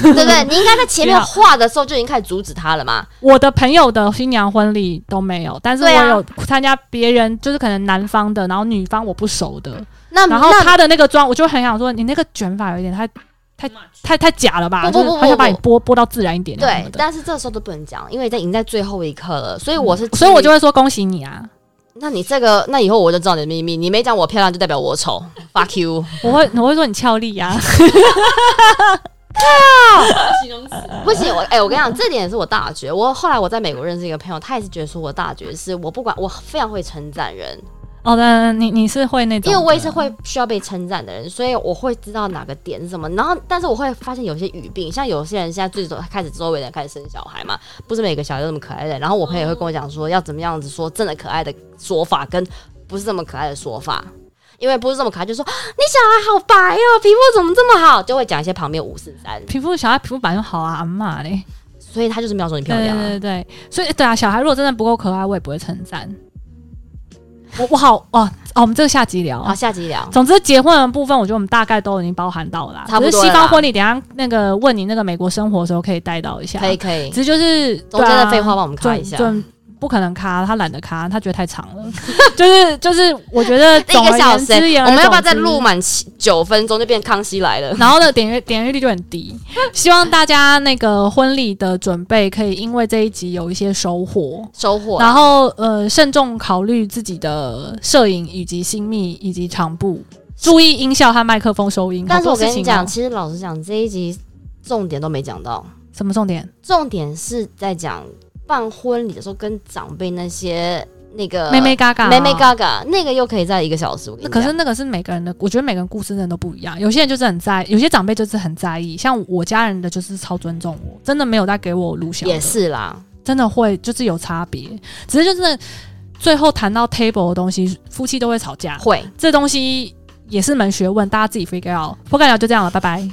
Speaker 2: 对不对？你应该在前面
Speaker 1: 对啊
Speaker 2: 画的时候就已经开始阻止他了嘛。
Speaker 1: 我的朋友的新娘婚礼都没有，但是我
Speaker 2: 对啊
Speaker 1: 有参加别人，就是可能男方的，然后女方我不熟的，
Speaker 2: 那
Speaker 1: 然后
Speaker 2: 那
Speaker 1: 他的那个妆，我就很想说，你那个卷发有点太太太太假了吧？
Speaker 2: 不不不
Speaker 1: 就是他想把
Speaker 2: 不
Speaker 1: 你拨拨到自然一点，什
Speaker 2: 对
Speaker 1: 么，的
Speaker 2: 但是这时候都不能讲，因为在已经在最后一刻了，嗯所以我是，
Speaker 1: 所以我就会说恭喜你啊！
Speaker 2: 那你这个，那以后我就知道你的秘密。你没讲我漂亮，就代表我 丑。Fuck you！
Speaker 1: 我会我会说你俏丽啊，
Speaker 3: 形容词，
Speaker 2: 不行，我哎、我跟 你讲，这点也是我大绝。我后来我在美国认识一个朋友，他也是觉得说我大绝是我不管，我非常会称赞人，
Speaker 1: 哦，那你你是会那种
Speaker 2: 因
Speaker 1: 的，
Speaker 2: 为我也是会需要被称赞的人，所以我会知道哪个点是什么。然后，但是我会发现有些语病，像有些人现在最早开始周围人开始生小孩嘛，不是每个小孩都那么可爱的。然后我朋友也会跟我讲说，要怎么样子说真的可爱的说法，跟不是这么可爱的说法。因为不是这么可爱，就说啊你小孩好白哦，皮肤怎么这么好，就会讲一些旁边五四三，
Speaker 1: 皮肤小孩皮肤本来就好啊，阿妈嘞，
Speaker 2: 所以他就是没有说你漂
Speaker 1: 对
Speaker 2: 亮、
Speaker 1: 对
Speaker 2: 啊。
Speaker 1: 对对，所以对啊，小孩如果真的不够可爱，我也不会称赞。我我好哦哦，我们这个下集聊啊
Speaker 2: 好，。下集聊。
Speaker 1: 总之，结婚的部分，我觉得我们大概都已经包含到了啦。
Speaker 2: 差不多
Speaker 1: 只
Speaker 2: 了
Speaker 1: 是西方婚礼，等一下那个问你那个美国生活的时候可以带到一下。
Speaker 2: 可以，可以
Speaker 1: 只，是就是
Speaker 2: 中间
Speaker 1: 对
Speaker 2: 的
Speaker 1: 啊
Speaker 2: 废话帮我们看
Speaker 1: 准
Speaker 2: 一下。
Speaker 1: 准不可能卡，他懒得卡，他觉得太长了。 就是就是，我觉得
Speaker 2: 一
Speaker 1: 总
Speaker 2: 个
Speaker 1: 而
Speaker 2: 小
Speaker 1: 言
Speaker 2: 时，
Speaker 1: 之，言而
Speaker 2: 我们要不要
Speaker 1: 总
Speaker 2: 再
Speaker 1: 之
Speaker 2: 录满七九分钟就变康熙来了？
Speaker 1: 然后呢，点阅点阅率就很低。希望大家那个婚礼的准备可以因为这一集有一些收获，
Speaker 2: 收获啊。
Speaker 1: 然后呃，慎重考虑自己的摄影以及新密以及场部，注意音效和麦克风收音。
Speaker 2: 但是
Speaker 1: 好
Speaker 2: 我
Speaker 1: 多
Speaker 2: 跟
Speaker 1: 事情哦
Speaker 2: 你讲，其实老实讲，这一集重点都没讲到，
Speaker 1: 什么重点？
Speaker 2: 重点是在讲办婚礼的时候跟长辈那些那个
Speaker 1: 妹妹嘎嘎，
Speaker 2: 呃妹妹。嘎嘎，那个又可以在一个小时。我跟
Speaker 1: 那
Speaker 2: 你
Speaker 1: 可是
Speaker 2: 讲
Speaker 1: 那个是每个人的，我觉得每个人故事真的都不一样。有些人就是很在，有些长辈就是很在意，像我家人的就是超尊重我，真的没有在给我录小的。
Speaker 2: 也是啦，
Speaker 1: 真的会就是有差别，只是就是最后谈到 table 的东西，夫妻都会吵架，
Speaker 2: 会
Speaker 1: 这东西也是门学问，大家自己 figure out。不干聊就这样了，拜拜。